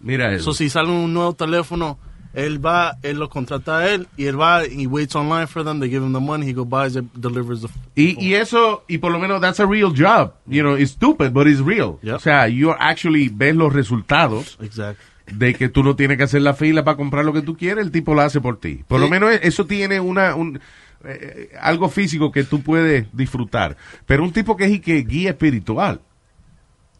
Mira eso.
So si sale un nuevo teléfono, él va, él lo contrata a él y él va he waits online for them. They give him the money. He go buys it, delivers the.
Y, y eso, y por lo menos, that's a real job. You know, it's stupid, but it's real. O sea, you actually ves los resultados
Exacto.
de que tú no tienes que hacer la fila para comprar lo que tú quieres, el tipo lo hace por ti. Por lo menos eso tiene una un, eh, algo físico que tú puedes disfrutar. Pero un tipo que es y que guía espiritual.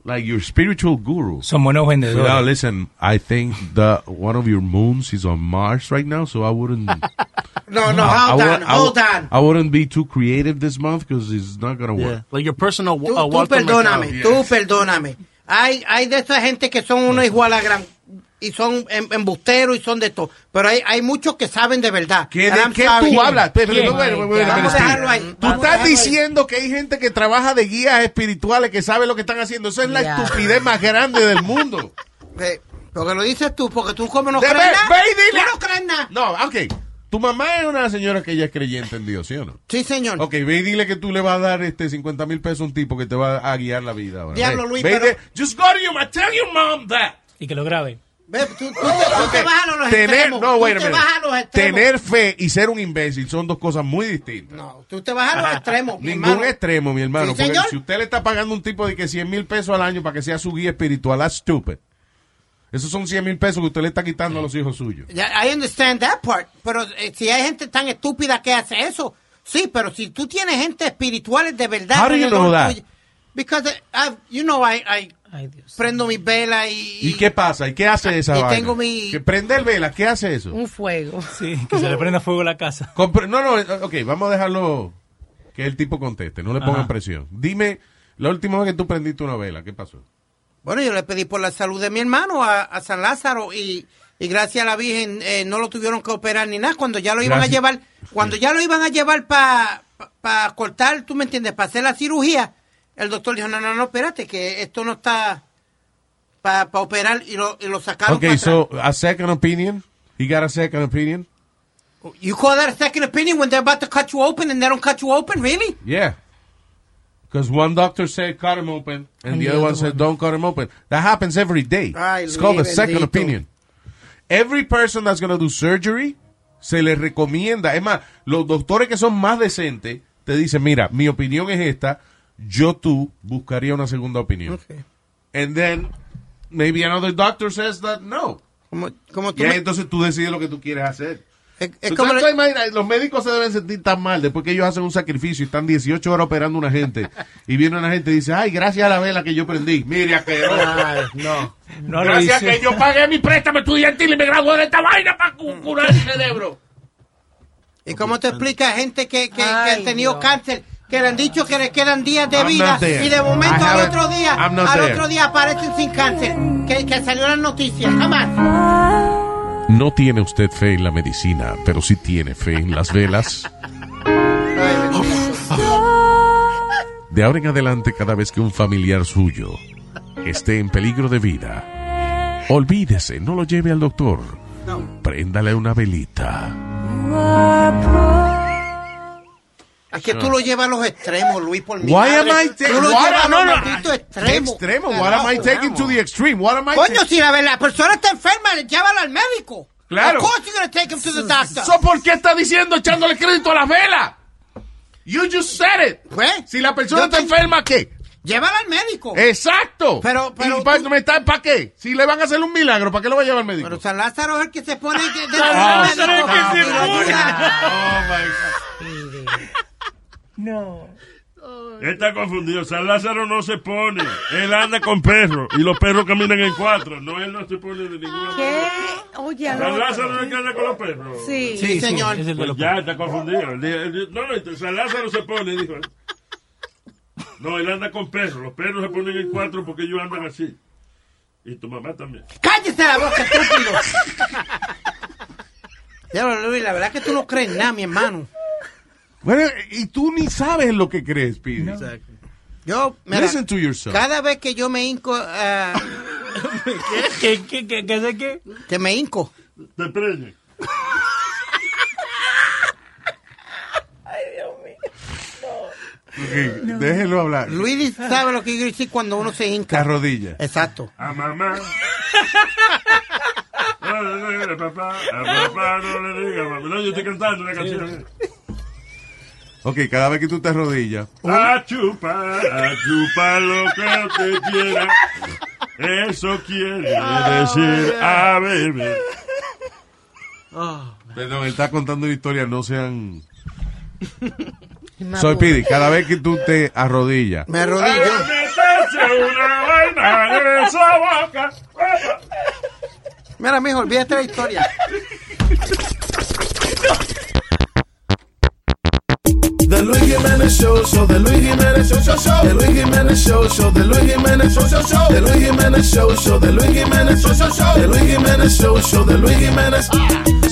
like your spiritual guru.
Son buenos vendedores.
Now listen, I think the one of your moons is on Mars right now, so I wouldn't.
No, no, hold
wou-
on,
wou-
hold on.
I wouldn't be too creative this month because it's not gonna work.
Like your personal
Tú, tú perdóname, tú perdóname. Hay, hay de esa gente que son unos igual a gran y son em- embusteros y son de todo. Pero hay, hay muchos que saben de verdad.
¿Qué,
And
de
I'm
qué
sorry.
tú hablas? Pero, pero, bueno, bueno, bueno,
Vamos a
espera,
dejarlo ahí.
espera. Tú
Vamos a dejarlo
estás
ahí.
diciendo que hay gente que trabaja de guías espirituales que sabe lo que están haciendo. Eso es la
Yeah.
estupidez más grande del mundo.
Eh, Porque lo dices tú, porque tú como no
De
crees
ver,
nada.
ve y dile.
Tú no crees nada.
No, ok. Tu mamá es una señora que ella es creyente en Dios, ¿sí o no?
Sí, señor.
Ok, ve y dile que tú le vas a dar este 50 mil pesos a un tipo que te va a guiar la vida. ahora.
Diablo,
Ve,
Luis,
ve y
pero-
dile, Just go to your ma- tell your mom that.
Y que lo grabe.
Ve, tú, tú te, tú te vas a los
Tener,
extremos.
no,
tú
wait a
te
minute.
vas a los extremos.
Tener fe y ser un imbécil son dos cosas muy distintas.
Tú te vas a los extremos, mi
Ningún
hermano.
extremo, mi hermano.
Sí,
porque
señor.
si usted le está pagando un tipo de que 100 mil pesos al año para que sea su guía espiritual, that's stupid. Esos son 100 mil pesos que usted le está quitando a los hijos suyos.
Ya, I understand that part. Pero eh, si hay gente tan estúpida que hace eso, sí, pero si tú tienes gente espirituales de verdad.
How do you
alrededor
know that?
tuyo- Because eh, I've- you know I, I prendo mis velas y ah,
¿Y qué pasa? ¿Y qué hace esa
y
vaina?
tengo mi-
Que prende el vela, ¿qué hace eso?
Un fuego.
Sí, que se le prenda fuego la casa.
Compre- No, no, eh, ok, vamos a dejarlo que el tipo conteste, no le pongan
Ajá.
presión. Dime, la última vez que tú prendiste una vela, ¿qué pasó?
Bueno, yo le pedí por la salud de mi hermano a, a San Lázaro y, y gracias a la Virgen eh, no lo tuvieron que operar ni nada. Cuando ya lo iban
Gracias.
a llevar, cuando ya lo iban a llevar para cortar, tú me entiendes, para hacer la cirugía, el doctor dijo, no, no, no, espérate, que esto no está para operar y lo, y lo sacaron.
Ok, so, a second opinion. He got a second opinion.
pa- You call that a second opinion when they're about to cut you open and they don't cut you open, really?
Yeah. Because one doctor said cut him open, and, the other one said don't cut him open. That happens every day.
Ay,
it's called a
Luis,
second
bendito.
opinion. Every person that's going to do surgery, se le recomienda. Es más, los doctores que son más decentes te dicen, mira, mi opinión es esta, yo tú buscaría una segunda opinión. And then maybe another doctor says that no.
Como, como
y
tú
ahí
me-
entonces tú decides lo que tú quieres hacer.
es, es
Tú
como
te
le-
imaginas, los médicos se deben sentir tan mal después que ellos hacen un sacrificio y están 18 horas operando a una gente. Y viene una gente y dice, ay, gracias a la vela que yo prendí. Mire, asqueroso.
Ay, no.
No lo
gracias
hice.
que yo pagué mi préstamo estudiantil y me gradué de esta vaina para
Mm.
curar el cerebro.
¿Y cómo te explica gente que, que, que ha tenido cáncer, que le han dicho que le quedan días de
I'm
vida
not there.
y de
I
momento al
haven't-
otro día,
I'm not
al
there.
otro día aparecen sin cáncer? Que, que salió la noticia, jamás.
No tiene usted fe en la medicina, pero sí tiene fe en las velas. De ahora en adelante, cada vez que un familiar suyo esté en peligro de vida, olvídese, no lo lleve al doctor. Préndale una velita.
Es que tú lo llevas a los extremos, Luis, por mi
Why
madre.
am I taking
Tú lo llevas a
no,
los
no,
malditos extremos.
extremo? What am I taking to the extreme? What am I
Oh, Coño,
taking-
si la, la persona está enferma, llévala al médico.
Claro.
Of course you're gonna take him to the doctor.
So, ¿Por qué está diciendo echándole crédito a las velas? You just said it.
Pues,
Si la persona
yo
está
te-
enferma, ¿qué?
Llévala al médico.
Exacto.
Pero- pero
¿Y pa-
tú-
me está- ¿Para qué? Si le van a hacer un milagro, ¿para qué lo va a llevar al médico?
San Lázaro es el que se pone de- de-
Ah,
de- de-
ah,
de- de-
mira,
de-
No.
Él está confundido. San Lázaro no se pone. Él anda con perros y los perros caminan en cuatro. No, él no se pone de ninguna
¿Qué?
manera.
Oye, al
San
otro.
Lázaro no es el que anda con los perros.
Sí.
Sí, señor.
Es el de
Pues
los-
ya está confundido. Él- él- No, no, San Lázaro se pone, dijo. él. No, él anda con perros. Los perros se ponen en cuatro porque ellos andan así. Y tu mamá también.
¡Cállese la boca, estúpido! Diablo, Luis, la verdad es que tú no crees nada, mi hermano.
Bueno, y tú ni sabes lo que crees, Pidi.
Yo, mira,
Listen to yourself.
cada vez que yo me hinco, ah,
¿Qué, qué, qué, qué, qué, qué?
que me hinco,
Te preñe.
Ok, Déjelo hablar.
Luis sabe lo que yo quiero decir cuando uno se hinca.
La rodilla.
Exacto.
Ah,
A mamá. No, no, no, no, papá. A papá no le diga, mamá. No, yo estoy cantando la canción. eh.
Ok, cada vez que tú te arrodillas.
A chupar, a chupar lo que usted quiera. Eso quiere
Ah,
Ah,
oh,
decir
"Ah,
a beber.
Oh,
Perdón, él está contando una historia, no sean. Soy Pidi, cada vez que tú te arrodillas.
Me arrodillo.
¡Meter Eche una vaina en esa boca.
Mira, mijo, olvídate la historia.
The Luis Jimenez Show, show, The Luis Jimenez Show, show, show. The Luis Jimenez Show, show, The Luis Jimenez Show, show, show. The Luis Jimenez Show, show, The Luis Jimenez Show, show, show. The Luis Jimenez Show, show, The Luis Jimenez.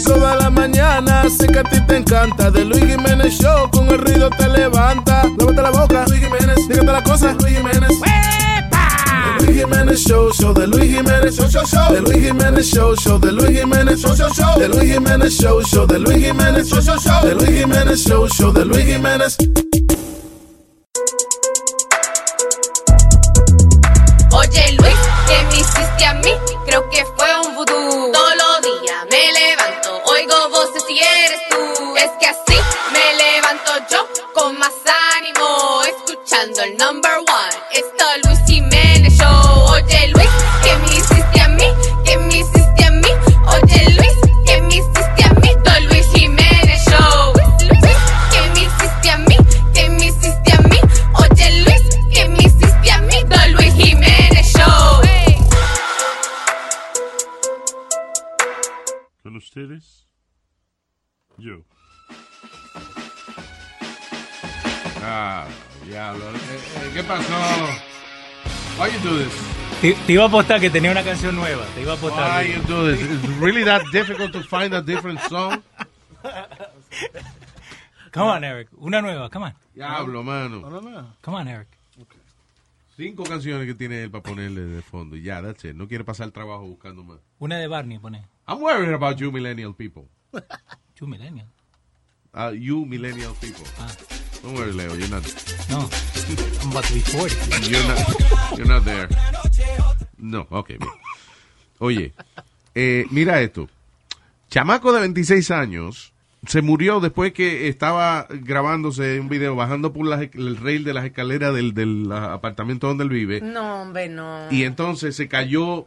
Toda la mañana, sé que a ti te encanta. The Luis Jimenez Show, con el ruido te levanta. Lávate la boca, Luis Jiménez. Dígate la cosa, Luis Jiménez. The Luis Jimenez Show, show, The Luis Jimenez Show, show, show. The Luis Jimenez Show, show, The Luis Jimenez Show, show, show. The Luis Jimenez Show, show, The Luis Jimenez Show, show, show. The Luis Jimenez Show, show, The Luis Jimenez.
Oye Luis, ¿qué me hiciste a mí? Creo que fue un vudú. Todos los días me levanto, oigo voces y eres tú. Es que así me levanto yo con más ánimo, escuchando el number one. Esto es Luis Jiménez Show. Oye Luis, ¿qué me hiciste a mí? ¿Qué me hiciste a mí? Oye Luis, ¿qué me hiciste a mí? Esto es Luis Jiménez Show. Luis, Luis, ¿qué me hiciste a mí? ¿Qué me hiciste a mí? Oye Luis, ¿qué me hiciste a mí? Don Luis Jiménez Show.
Con ustedes, yo.
Ah, diablo. Eh, eh, ¿Qué pasó? Why you do this?
Te, te iba a apostar que tenía una canción nueva. Te iba a apostar.
Why you do this? It's really that difficult to find a different song.
Come on, Eric. Una nueva, come on.
Diablo, mano.
Come on, Eric.
Cinco canciones que tiene él para ponerle de fondo. Ya, that's it. No quiere pasar el trabajo buscando más.
Una de Barney, pone.
I'm worried about you millennial people.
Two Millennial.
Uh, you millennial people. Don't worry, Leo. You're not.
Ah. No. I'm about to be 40.
You're not, you're not there. No, ok, bien. Oye, eh, mira esto. Chamaco de 26 años se murió después que estaba grabándose un video bajando por las, el rail de las escaleras del, del apartamento donde él vive.
No, hombre, no.
Y entonces se cayó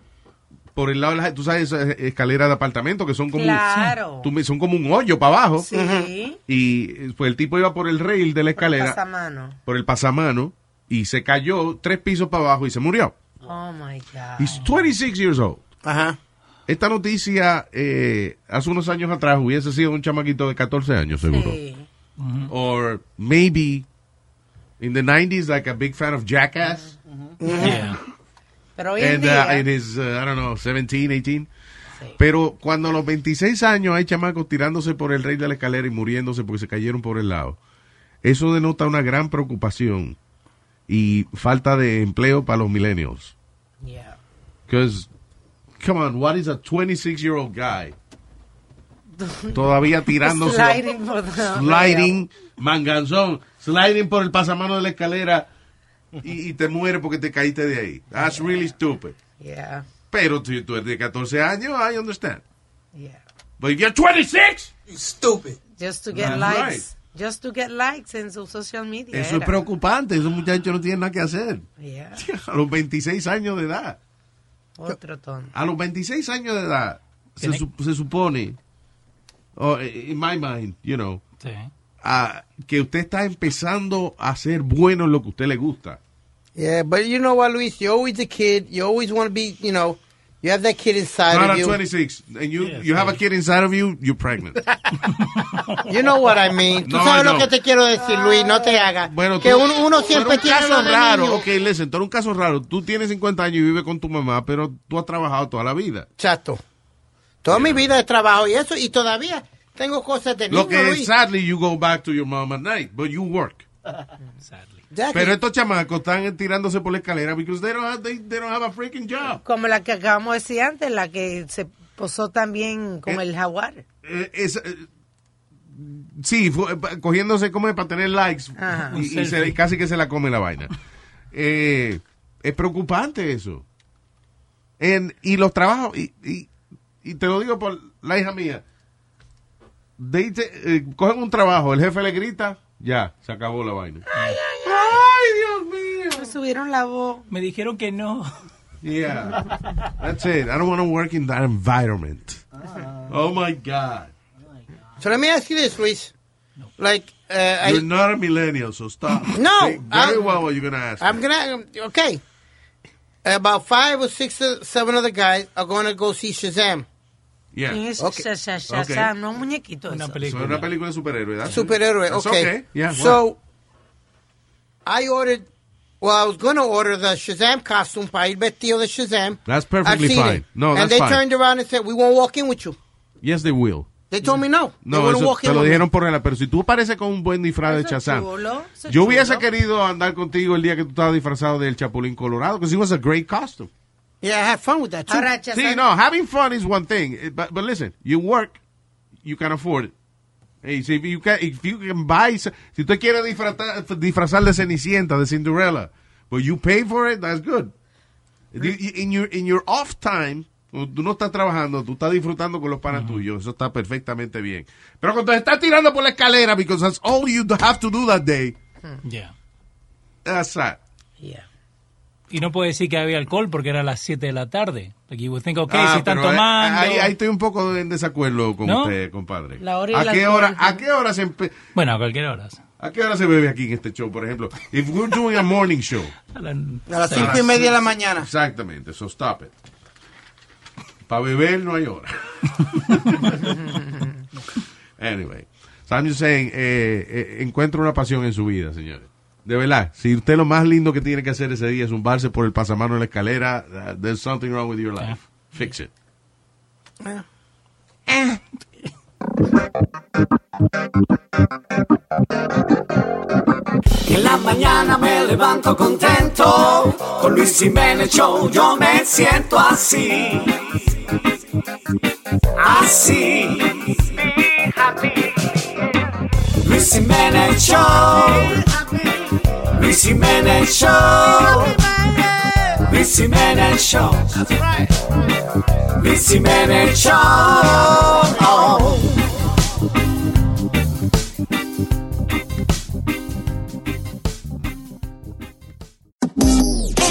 por el lado de las, tú sabes, esas escaleras de apartamento que son como,
Claro.
un, tú me- son como un hoyo para abajo.
Sí.
Y eh, pues el tipo iba por el rail de la escalera,
Pasamano.
por el pasamano, y se cayó tres pisos para abajo y se murió.
Oh my God.
He's 26 years old. Ajá. Esta noticia, eh, hace unos años atrás, hubiese sido un chamaquito de 14 años, seguro. Or maybe in the 90s, like a big fan of Jackass.
Pero hoy en
And
día.
uh, it is, uh, I don't know, 17, 18. Pero cuando a los 26 años hay chamacos tirándose por el rey de la escalera y muriéndose porque se cayeron por el lado, eso denota una gran preocupación y falta de empleo para los millennials.
Yeah.
Because, come on, what is a 26-year-old guy todavía tirándose?
Sliding por the-
sliding, manganzón, sliding por el pasamano de la escalera y, y te muere porque te caíste de ahí. That's really stupid.
Yeah.
Pero tú, tú eres de 14 años, I understand.
Yeah.
But if you're 26, you stupid.
Just to get
uh, That's
likes.
right.
Just to get likes en su social media.
Eso
era.
es preocupante, esos muchachos no tienen nada que hacer.
Yeah.
A los 26 años de edad.
Otro tono.
A los 26 años de edad, se,
Tiene-
su- se supone, or, eh, in my mind, you know, ah, que usted está empezando a ser bueno en lo que a usted le gusta.
Yeah, but you know what, Luis? You're always a kid. You always want to be, you know, you have that kid inside
Not
of
at
you.
26, and you, you have a kid inside of you, you're pregnant.
You know what I mean. Tú
No,
sabes
no.
lo que te quiero decir, Luis. No te hagas.
Bueno,
que
tú-
uno, uno
pero
siempre
un
tiene
caso
lo de
raro.
niño.
Ok, listen, tú eres un caso raro. Tú tienes 50 años y vives con tu mamá, pero tú has trabajado toda la vida.
Chato. Toda mi vida de trabajo y eso. Y todavía tengo cosas de niño,
Lo que es,
Luis.
sadly, you go back to your mom at night, but you work.
Ya que-
Pero estos chamacos están tirándose por la escalera because they don't have, they, they don't have a freaking job.
Como la que acabamos de decir antes, la que se posó también con el jaguar.
Eh, es, eh, sí, fue- eh, cogiéndose como para tener likes
Ajá.
y,
Un
y
selfie.
se- y casi que se la come la vaina. Eh, es preocupante eso. En- y los trabajos, y, y- y te lo digo por la hija mía, they te- eh, cogen un trabajo, el jefe le grita, ya, se acabó la vaina.
Ay, Dios mío. Me subieron la voz.
Me dijeron que no.
Yeah. That's it. I don't want to work in that environment. Oh my God.
So let me ask you this, Luis. Like, uh, I,
You're not a millennial, so stop.
No,
Think very
I'm-
well what you're going to ask.
I'm gonna. Okay. about five or six or seven other guys are going to go see Shazam.
Yeah.
¿Quién es
Okay.
Sha- Sha- Sha-
Okay.
Shazam? No, un muñequito.
Una
eso.
película. una película de superhéroe. that's it.
Superhéroe,
That's
okay.
Yeah,
so I ordered, well, I was going to order the Shazam costume para ir vestido de Shazam.
That's perfectly
I've seen
fine.
It.
No,
and
that's
they
fine.
turned around and said, we won't walk in with you.
what? Yes, they will.
They told me no. they
Mm. No,
wouldn't
eso
walk
te
in
lo
with me.
dijeron por regla. Pero si tú apareces con un buen disfraz de Shazam,
chulo, eso es
yo hubiese
chulo.
querido andar contigo el día que tú estabas disfrazado del Chapulín Colorado, because it was a great costume.
Yeah, I had fun with that too.
Ahora, Shazam-
See, no, having fun is one thing, eh, but but listen, you work, you can afford it. Hey, so if you can, if you can buy, so- si tú quieres disfrazar, disfrazar de Cenicienta, de Cinderella, but you pay for it, that's good. You- you- In your in your off time, cuando tú no estás trabajando, tú estás disfrutando con los panas tuyos, eso está perfectamente bien. Pero cuando te estás tirando por la escalera, because that's all you have to do that day,
Yeah.
that's that.
Y no puede decir que había alcohol porque era las 7 de la tarde. Like you would think, ok,
Ah,
si están
pero ahí-
tomando.
Ahí, ahí estoy un poco en desacuerdo con
¿No?
usted, compadre.
La hora y
¿A
la
qué
alcohol,
hora, ¿A qué hora se empe-
Bueno, a cualquier hora.
¿A qué hora se bebe aquí en este show, por ejemplo? If we're doing a morning show.
A la-
A las cinco y media de la mañana.
Exactamente, so stop it. Para beber no hay hora. anyway, so I'm just saying, eh, eh, encuentra una pasión en su vida, señores. De verdad, si usted lo más lindo que tiene que hacer ese día es zumbarse por el pasamano en la escalera, uh, there's something wrong with your life. Fix it.
Y en la mañana me levanto contento, con Luis Jiménez Show yo me siento así. Así. Luis Jiménez Show. Luis Jiménez Show. Luis Jiménez Show. Luis Jiménez Show. Oh.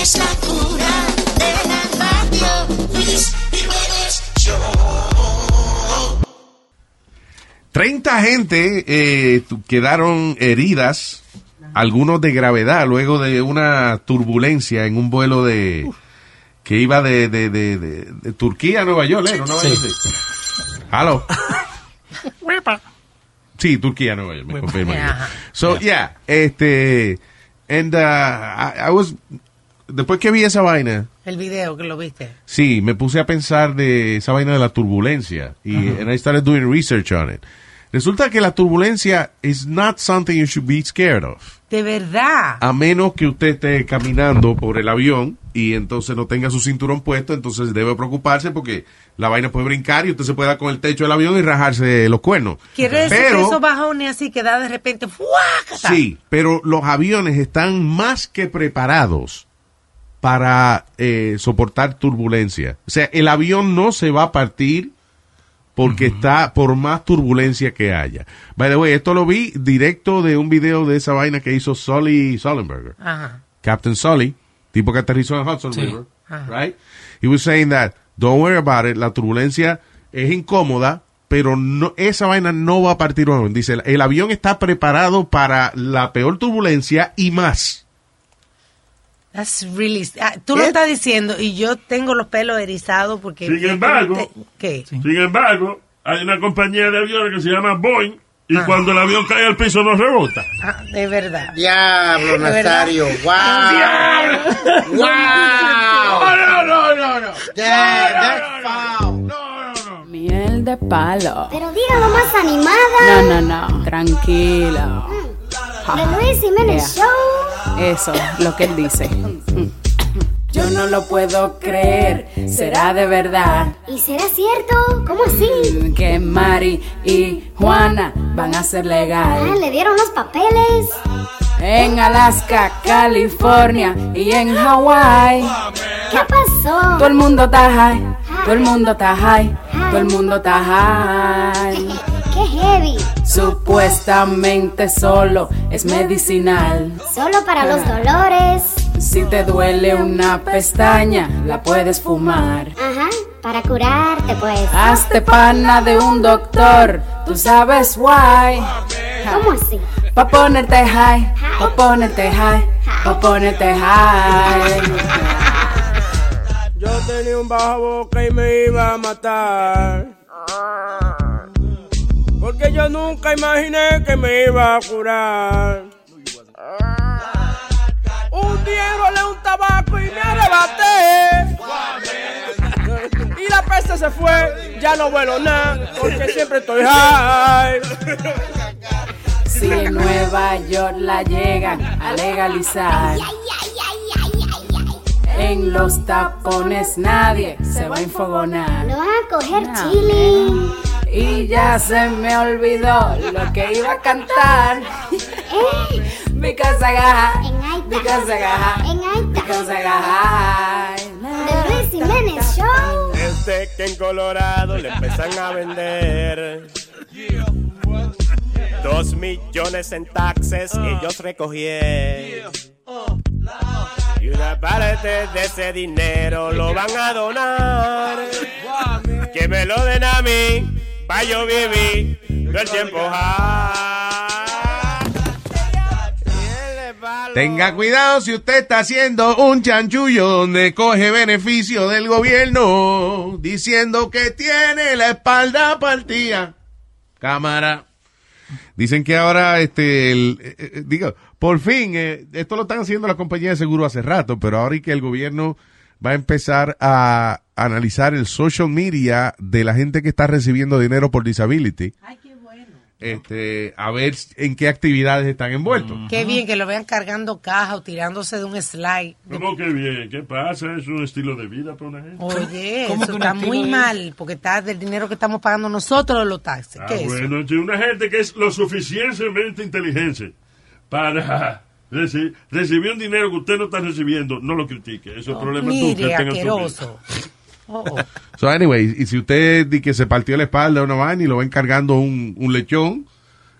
Es la cura de la radio. Luis Jiménez Show.
30 gente eh, tu- quedaron heridas, algunos de gravedad, luego de una turbulencia en un vuelo de que iba de, de- de- de- de Turquía a Nueva York. ¿eh? ¿No, Nueva
Sí.
York? Sí. Hello. Sí, Turquía, Nueva York, me confirman.
Yeah.
So, yeah, este, and uh, I, I was, después que vi esa vaina,
El video que lo viste.
Sí, me puse a pensar de esa vaina de la turbulencia y
Ajá.
and I started doing research on it. Resulta que la turbulencia is not something you should be scared of.
De verdad.
A menos que usted esté caminando por el avión y entonces no tenga su cinturón puesto, entonces debe preocuparse porque la vaina puede brincar y usted se puede dar con el techo del avión y rajarse los cuernos.
Quiere decir que
Pero
esos bajones así que da de repente. ¡fuácata!
Sí, pero los aviones están más que preparados para eh, soportar turbulencia. O sea, el avión no se va a partir porque está por más turbulencia que haya. By the way, esto lo vi directo de un video de esa vaina que hizo Sully Sullenberger.
Ah.
Ajá.
Captain Sully, tipo que aterrizó en Hudson
Sí.
River,
Ajá.
right? He was saying that, don't worry about it, la turbulencia es incómoda, pero no, esa vaina no va a partir un avión. Dice, el- el avión está preparado para la peor turbulencia y más.
That's really. ah, tú lo estás diciendo y yo tengo los pelos erizados porque.
Sin embargo,
¿Qué?
sin embargo, hay una compañía de aviones que se llama Boeing y cuando el avión cae al piso no rebota.
Ah, de verdad.
Diablo,
De verdad.
Nazario. Wow. Wow.
No,
no, no, no.
Miel de palo.
Pero dígalo más animada. Mm.
No, no, no. Tranquilo.
De Luis Jiménez
Yeah.
Show.
Eso, lo que él dice. Yo no lo puedo creer. Será de verdad.
¿Y será cierto? ¿Cómo así?
Que Mari y Juana van a ser
Ah,
legal.
le dieron los papeles.
En Alaska, California y en Hawái.
¿Qué pasó? Ah.
Todo el mundo está high. Todo el mundo está high. Todo el mundo está high.
¡Qué heavy!
Supuestamente solo es medicinal.
Solo para los dolores.
Si te duele una pestaña, la puedes fumar.
Ajá, para curarte pues.
Hazte pana de un doctor, tú sabes why.
¿Cómo así?
Pa' ponerte high, pa' ponerte high, pa' ponerte high.
Yo tenía un bajo boca y me iba a matar. Porque yo nunca imaginé que me iba a curar. Un día rolé un tabaco y me arrebaté. Y la peste se fue, ya no vuelo nada, porque siempre estoy high.
Si en Nueva York la llegan a legalizar. En los tapones nadie se va a enfogonar.
Lo van a coger chili.
Y ya se me olvidó lo que iba a cantar. Mi casa gaja. Mi casa gaja. Mi casa gaja.
The Luis Jiménez Show.
Desde que en Colorado le empiezan a vender. Dos millones en taxes ellos recogieron. Y una parte de ese dinero lo van a donar. Que me lo den a mí, pa' yo vivir, no el tiempo
Tenga cuidado si usted está haciendo un chanchullo donde coge beneficio del gobierno, diciendo que tiene la espalda partida. Cámara. Dicen que ahora, este, el- eh, eh, digo, por fin, eh, esto lo están haciendo la compañía de seguro hace rato, pero ahora y que el gobierno va a empezar a analizar el social media de la gente que está recibiendo dinero por disability. Este, a ver en qué actividades están envueltos.
Qué bien que lo vean cargando caja o tirándose de un slide.
¿Cómo que bien? ¿Qué pasa? Es un estilo de vida para una gente.
Oye,
¿Cómo que
eso
un
está
estilo
muy
de-
mal, porque está del dinero que estamos pagando nosotros de los taxes.
Ah,
¿Qué es eso?
bueno, de una gente que es lo suficientemente inteligente para reci- recibir un dinero que usted no está recibiendo, no lo critique. Eso es problema tuyo.
Oh, Mire,
usted tenga su vida.
asqueroso. Oh, oh.
So anyway, y si usted di que se partió la espalda una vaina y lo ven cargando un, un lechón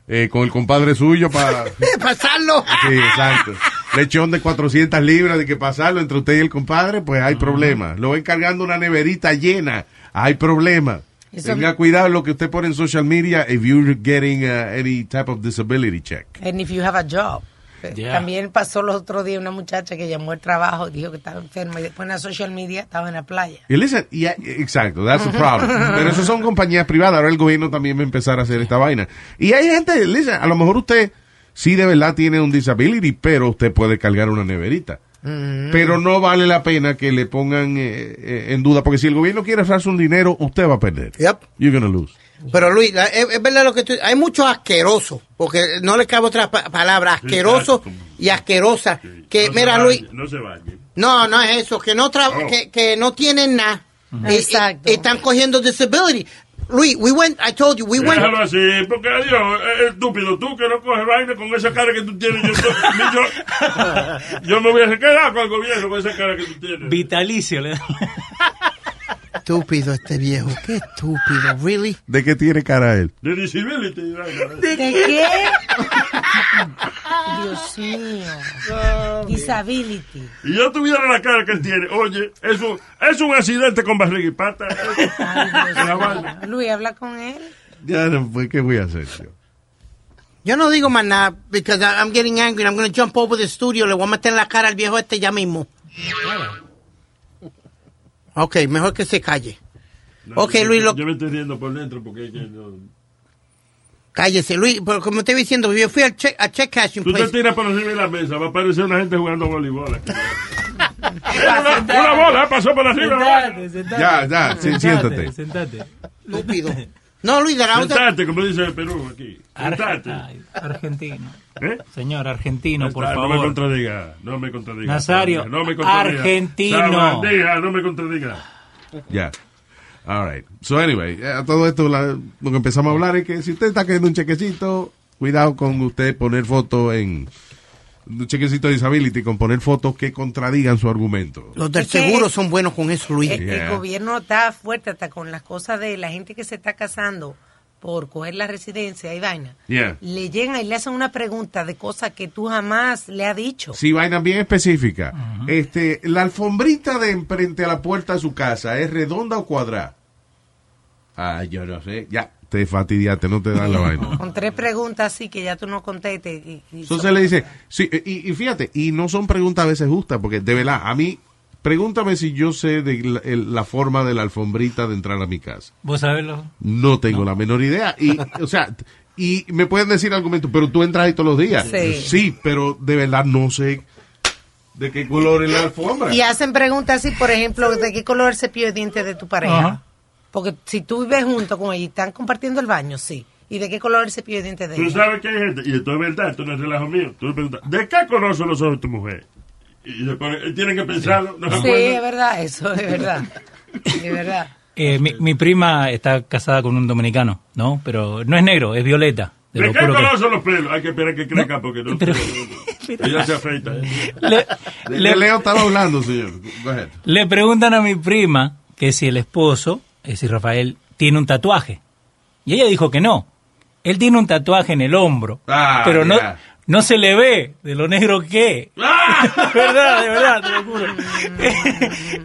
eh, con el compadre suyo para...
Pasarlo.
Sí, exacto. Lechón de 400 libras de que pasarlo entre usted y el compadre, pues hay problema. Lo ven cargando una neverita llena, hay problema.
Eso-
Tenga cuidado lo que usted pone en social media if you're getting uh, any type of disability check.
And if you have a job.
Yeah.
También pasó los otros días una muchacha que llamó al trabajo, dijo que estaba enferma y después en la social media estaba en la playa.
Y listen, y- exacto, that's the problem. Pero eso son compañías privadas, ahora el gobierno también va a empezar a hacer esta vaina. Y hay gente, listen, a lo mejor usted sí de verdad tiene un disability, pero usted puede cargar una neverita.
Mm.
Pero no vale la pena que le pongan eh, eh, en duda, porque si el gobierno quiere ahorrarse un dinero, usted va a perder. You're gonna lose.
Pero Luis, la- es, es verdad lo que tú Hay muchos asquerosos, porque no le cabe otra pa- palabra, asqueroso y asquerosa. Que,
No se
Eh, mira,
bañe,
Luis,
No se bañe.
no, no es eso, que no, tra-
Oh.
que, que no tienen nada.
Ujú.
Y- y- y están cogiendo disability. Luis, we went, I told you, we went.
Déjalo así, porque adiós, eh, estúpido, tú que no coges vaina con esa cara que tú tienes. Yo, yo- yo me voy a quedar con el gobierno con esa cara que tú tienes.
Vitalicio. le-
Estúpido este viejo, qué estúpido, really.
¿De qué tiene cara él?
De disability.
¿De qué? Dios mío. Disability.
Y yo tuviera la cara que él tiene. Oye, es un, es un accidente con barriga y pata. La vaina.
Luis, habla con él.
Ya no, pues, ¿qué voy a hacer? yo?
Yo no digo más nada, because I- I'm getting angry, I'm going to jump over the studio, le voy a meter en la cara al viejo este ya mismo. Ok, mejor que se calle. Ok,
yo-
Luis, lo-
Yo me estoy riendo por dentro porque es que no-
Cállese, Luis, pero como te iba diciendo, yo fui al check, a check cashing
Tú
Pues-
te
place.
tiras por encima de la mesa, va a aparecer una gente jugando voleibol. aquí. una, una bola ¿eh? pasó por arriba.
Sentate, sentate.
Ya, ya, sí,
Sentate,
siéntate.
Sentate.
Estúpido. No, Luis, de la otra.
Sentate, como dice el Perú aquí. Sentate.
Ay, Argentino.
¿Eh?
Señor argentino, por
Ah,
favor.
No me contradiga, no me contradiga.
Nazario,
no me contradiga.
argentino.
Sabandija, no me contradiga.
Ah,
Ya. All right. So anyway, eh, a todo esto la- lo que empezamos a hablar es que si usted está queriendo un chequecito, cuidado con usted poner fotos en un chequecito de disability con poner fotos que contradigan su argumento.
Los del
Es que-
seguro son buenos con eso, Luis.
El, el gobierno está fuerte hasta con las cosas de la gente que se está casando por coger la residencia y vaina.
Yeah.
Le llegan y le hacen una pregunta de cosas que tú jamás le has dicho.
Sí, vaina bien específica. Este, la alfombrita de enfrente a la puerta de su casa, ¿es redonda o cuadrada? Ah, yo no sé. Ya, te fastidiaste, no te dan la vaina.
Con tres preguntas así que ya tú no contestes. y- y-
Entonces le dice, sí, y, y fíjate, y no son preguntas a veces justas, porque de verdad, a mí, Pregúntame si yo sé de la, el- la forma de la alfombrita de entrar a mi casa.
¿Vos sabés lo?
No tengo la menor idea. Y, o sea, y me pueden decir argumentos, pero tú entras ahí todos los días.
Sí.
pero de verdad no sé de qué color es la alfombra.
Y hacen preguntas así, por ejemplo, de qué color se cepillo de dientes de tu pareja.
Ajá.
Porque si tú vives junto con ella y están compartiendo el baño, sí. ¿Y de qué color el cepillo de dientes de
Tú
ella?
sabes que hay gente, y esto es verdad, esto no es relajo mío. Tú le preguntas, ¿de qué color son los ojos de tu mujer? Y se pone, tienen que pensarlo. No se
sí,
acuerdan.
es verdad, eso, de verdad. De verdad.
Eh, mi, mi prima está casada con un dominicano, ¿no? Pero no es negro, es violeta. De
¿De
lo
qué
puro que-
color son los pelos? Hay que esperar que crezca porque no. Ella se afeita. ¿eh?
De qué Leo estaba hablando, señor. Go ahead.
Le preguntan a mi prima que si el esposo, es decir, Rafael, tiene un tatuaje. Y ella dijo que no. Él tiene un tatuaje en el hombro,
Ah,
pero no,
ya.
no se le ve de lo negro que es. De verdad, de verdad, te lo juro.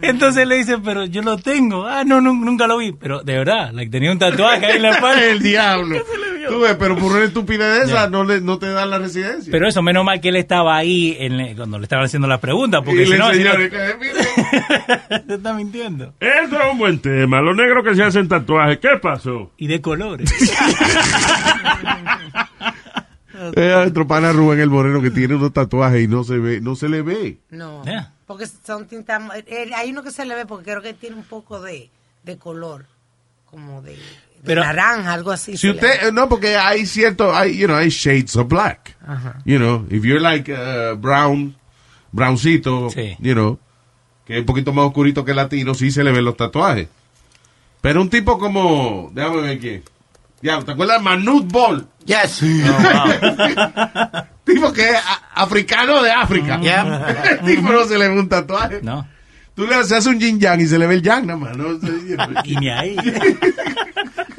Entonces le dice, pero yo lo tengo. Ah, no, nu- nunca lo vi. Pero de verdad, like, tenía un tatuaje ahí en la espalda.
el diablo. Tú ves, pero por una estupidez de esa no, le, no te dan la residencia.
Pero eso, menos mal que él estaba ahí en- cuando le estaban haciendo las preguntas, porque
Y
si
le
no... si no-
enseñaron,
Se está mintiendo.
Eso es un buen tema. Los negros que se hacen tatuajes, ¿qué pasó?
Y de colores.
Es Eh, nuestro pana Rubén el Moreno que tiene unos tatuajes y no se ve, no se le ve.
No. Porque son tintas. mu- eh, Hay uno que se le ve porque creo que tiene un poco de, de color, como de, de
Pero-
naranja, algo así. se
Si
le ve.
usted, eh, no, porque hay cierto, hay, you know, hay shades of black.
Ajá.
You know, if you're like uh, brown, browncito, you know, que es un poquito más oscurito que latino, sí se le ven los tatuajes. Pero un tipo como, déjame ver quién. Ya, ¿te acuerdas de Manute Ball?
Yes.
Oh,
tipo que es a- africano de África.
Yeah.
tipo no se le ve un tatuaje.
No.
Tú le haces un yin yang y se le ve el yang nada más. ¿no?
y ni ahí.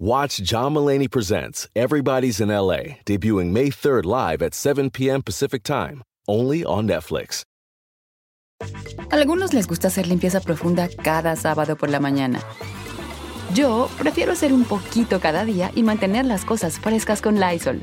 Watch John Mullaney Presents Everybody's in LA, debuting May 3rd live at 7 p.m. Pacific Time, only on Netflix.
Algunos les gusta hacer limpieza profunda cada sábado por la mañana. Yo prefiero hacer un poquito cada día y mantener las cosas frescas con Lysol.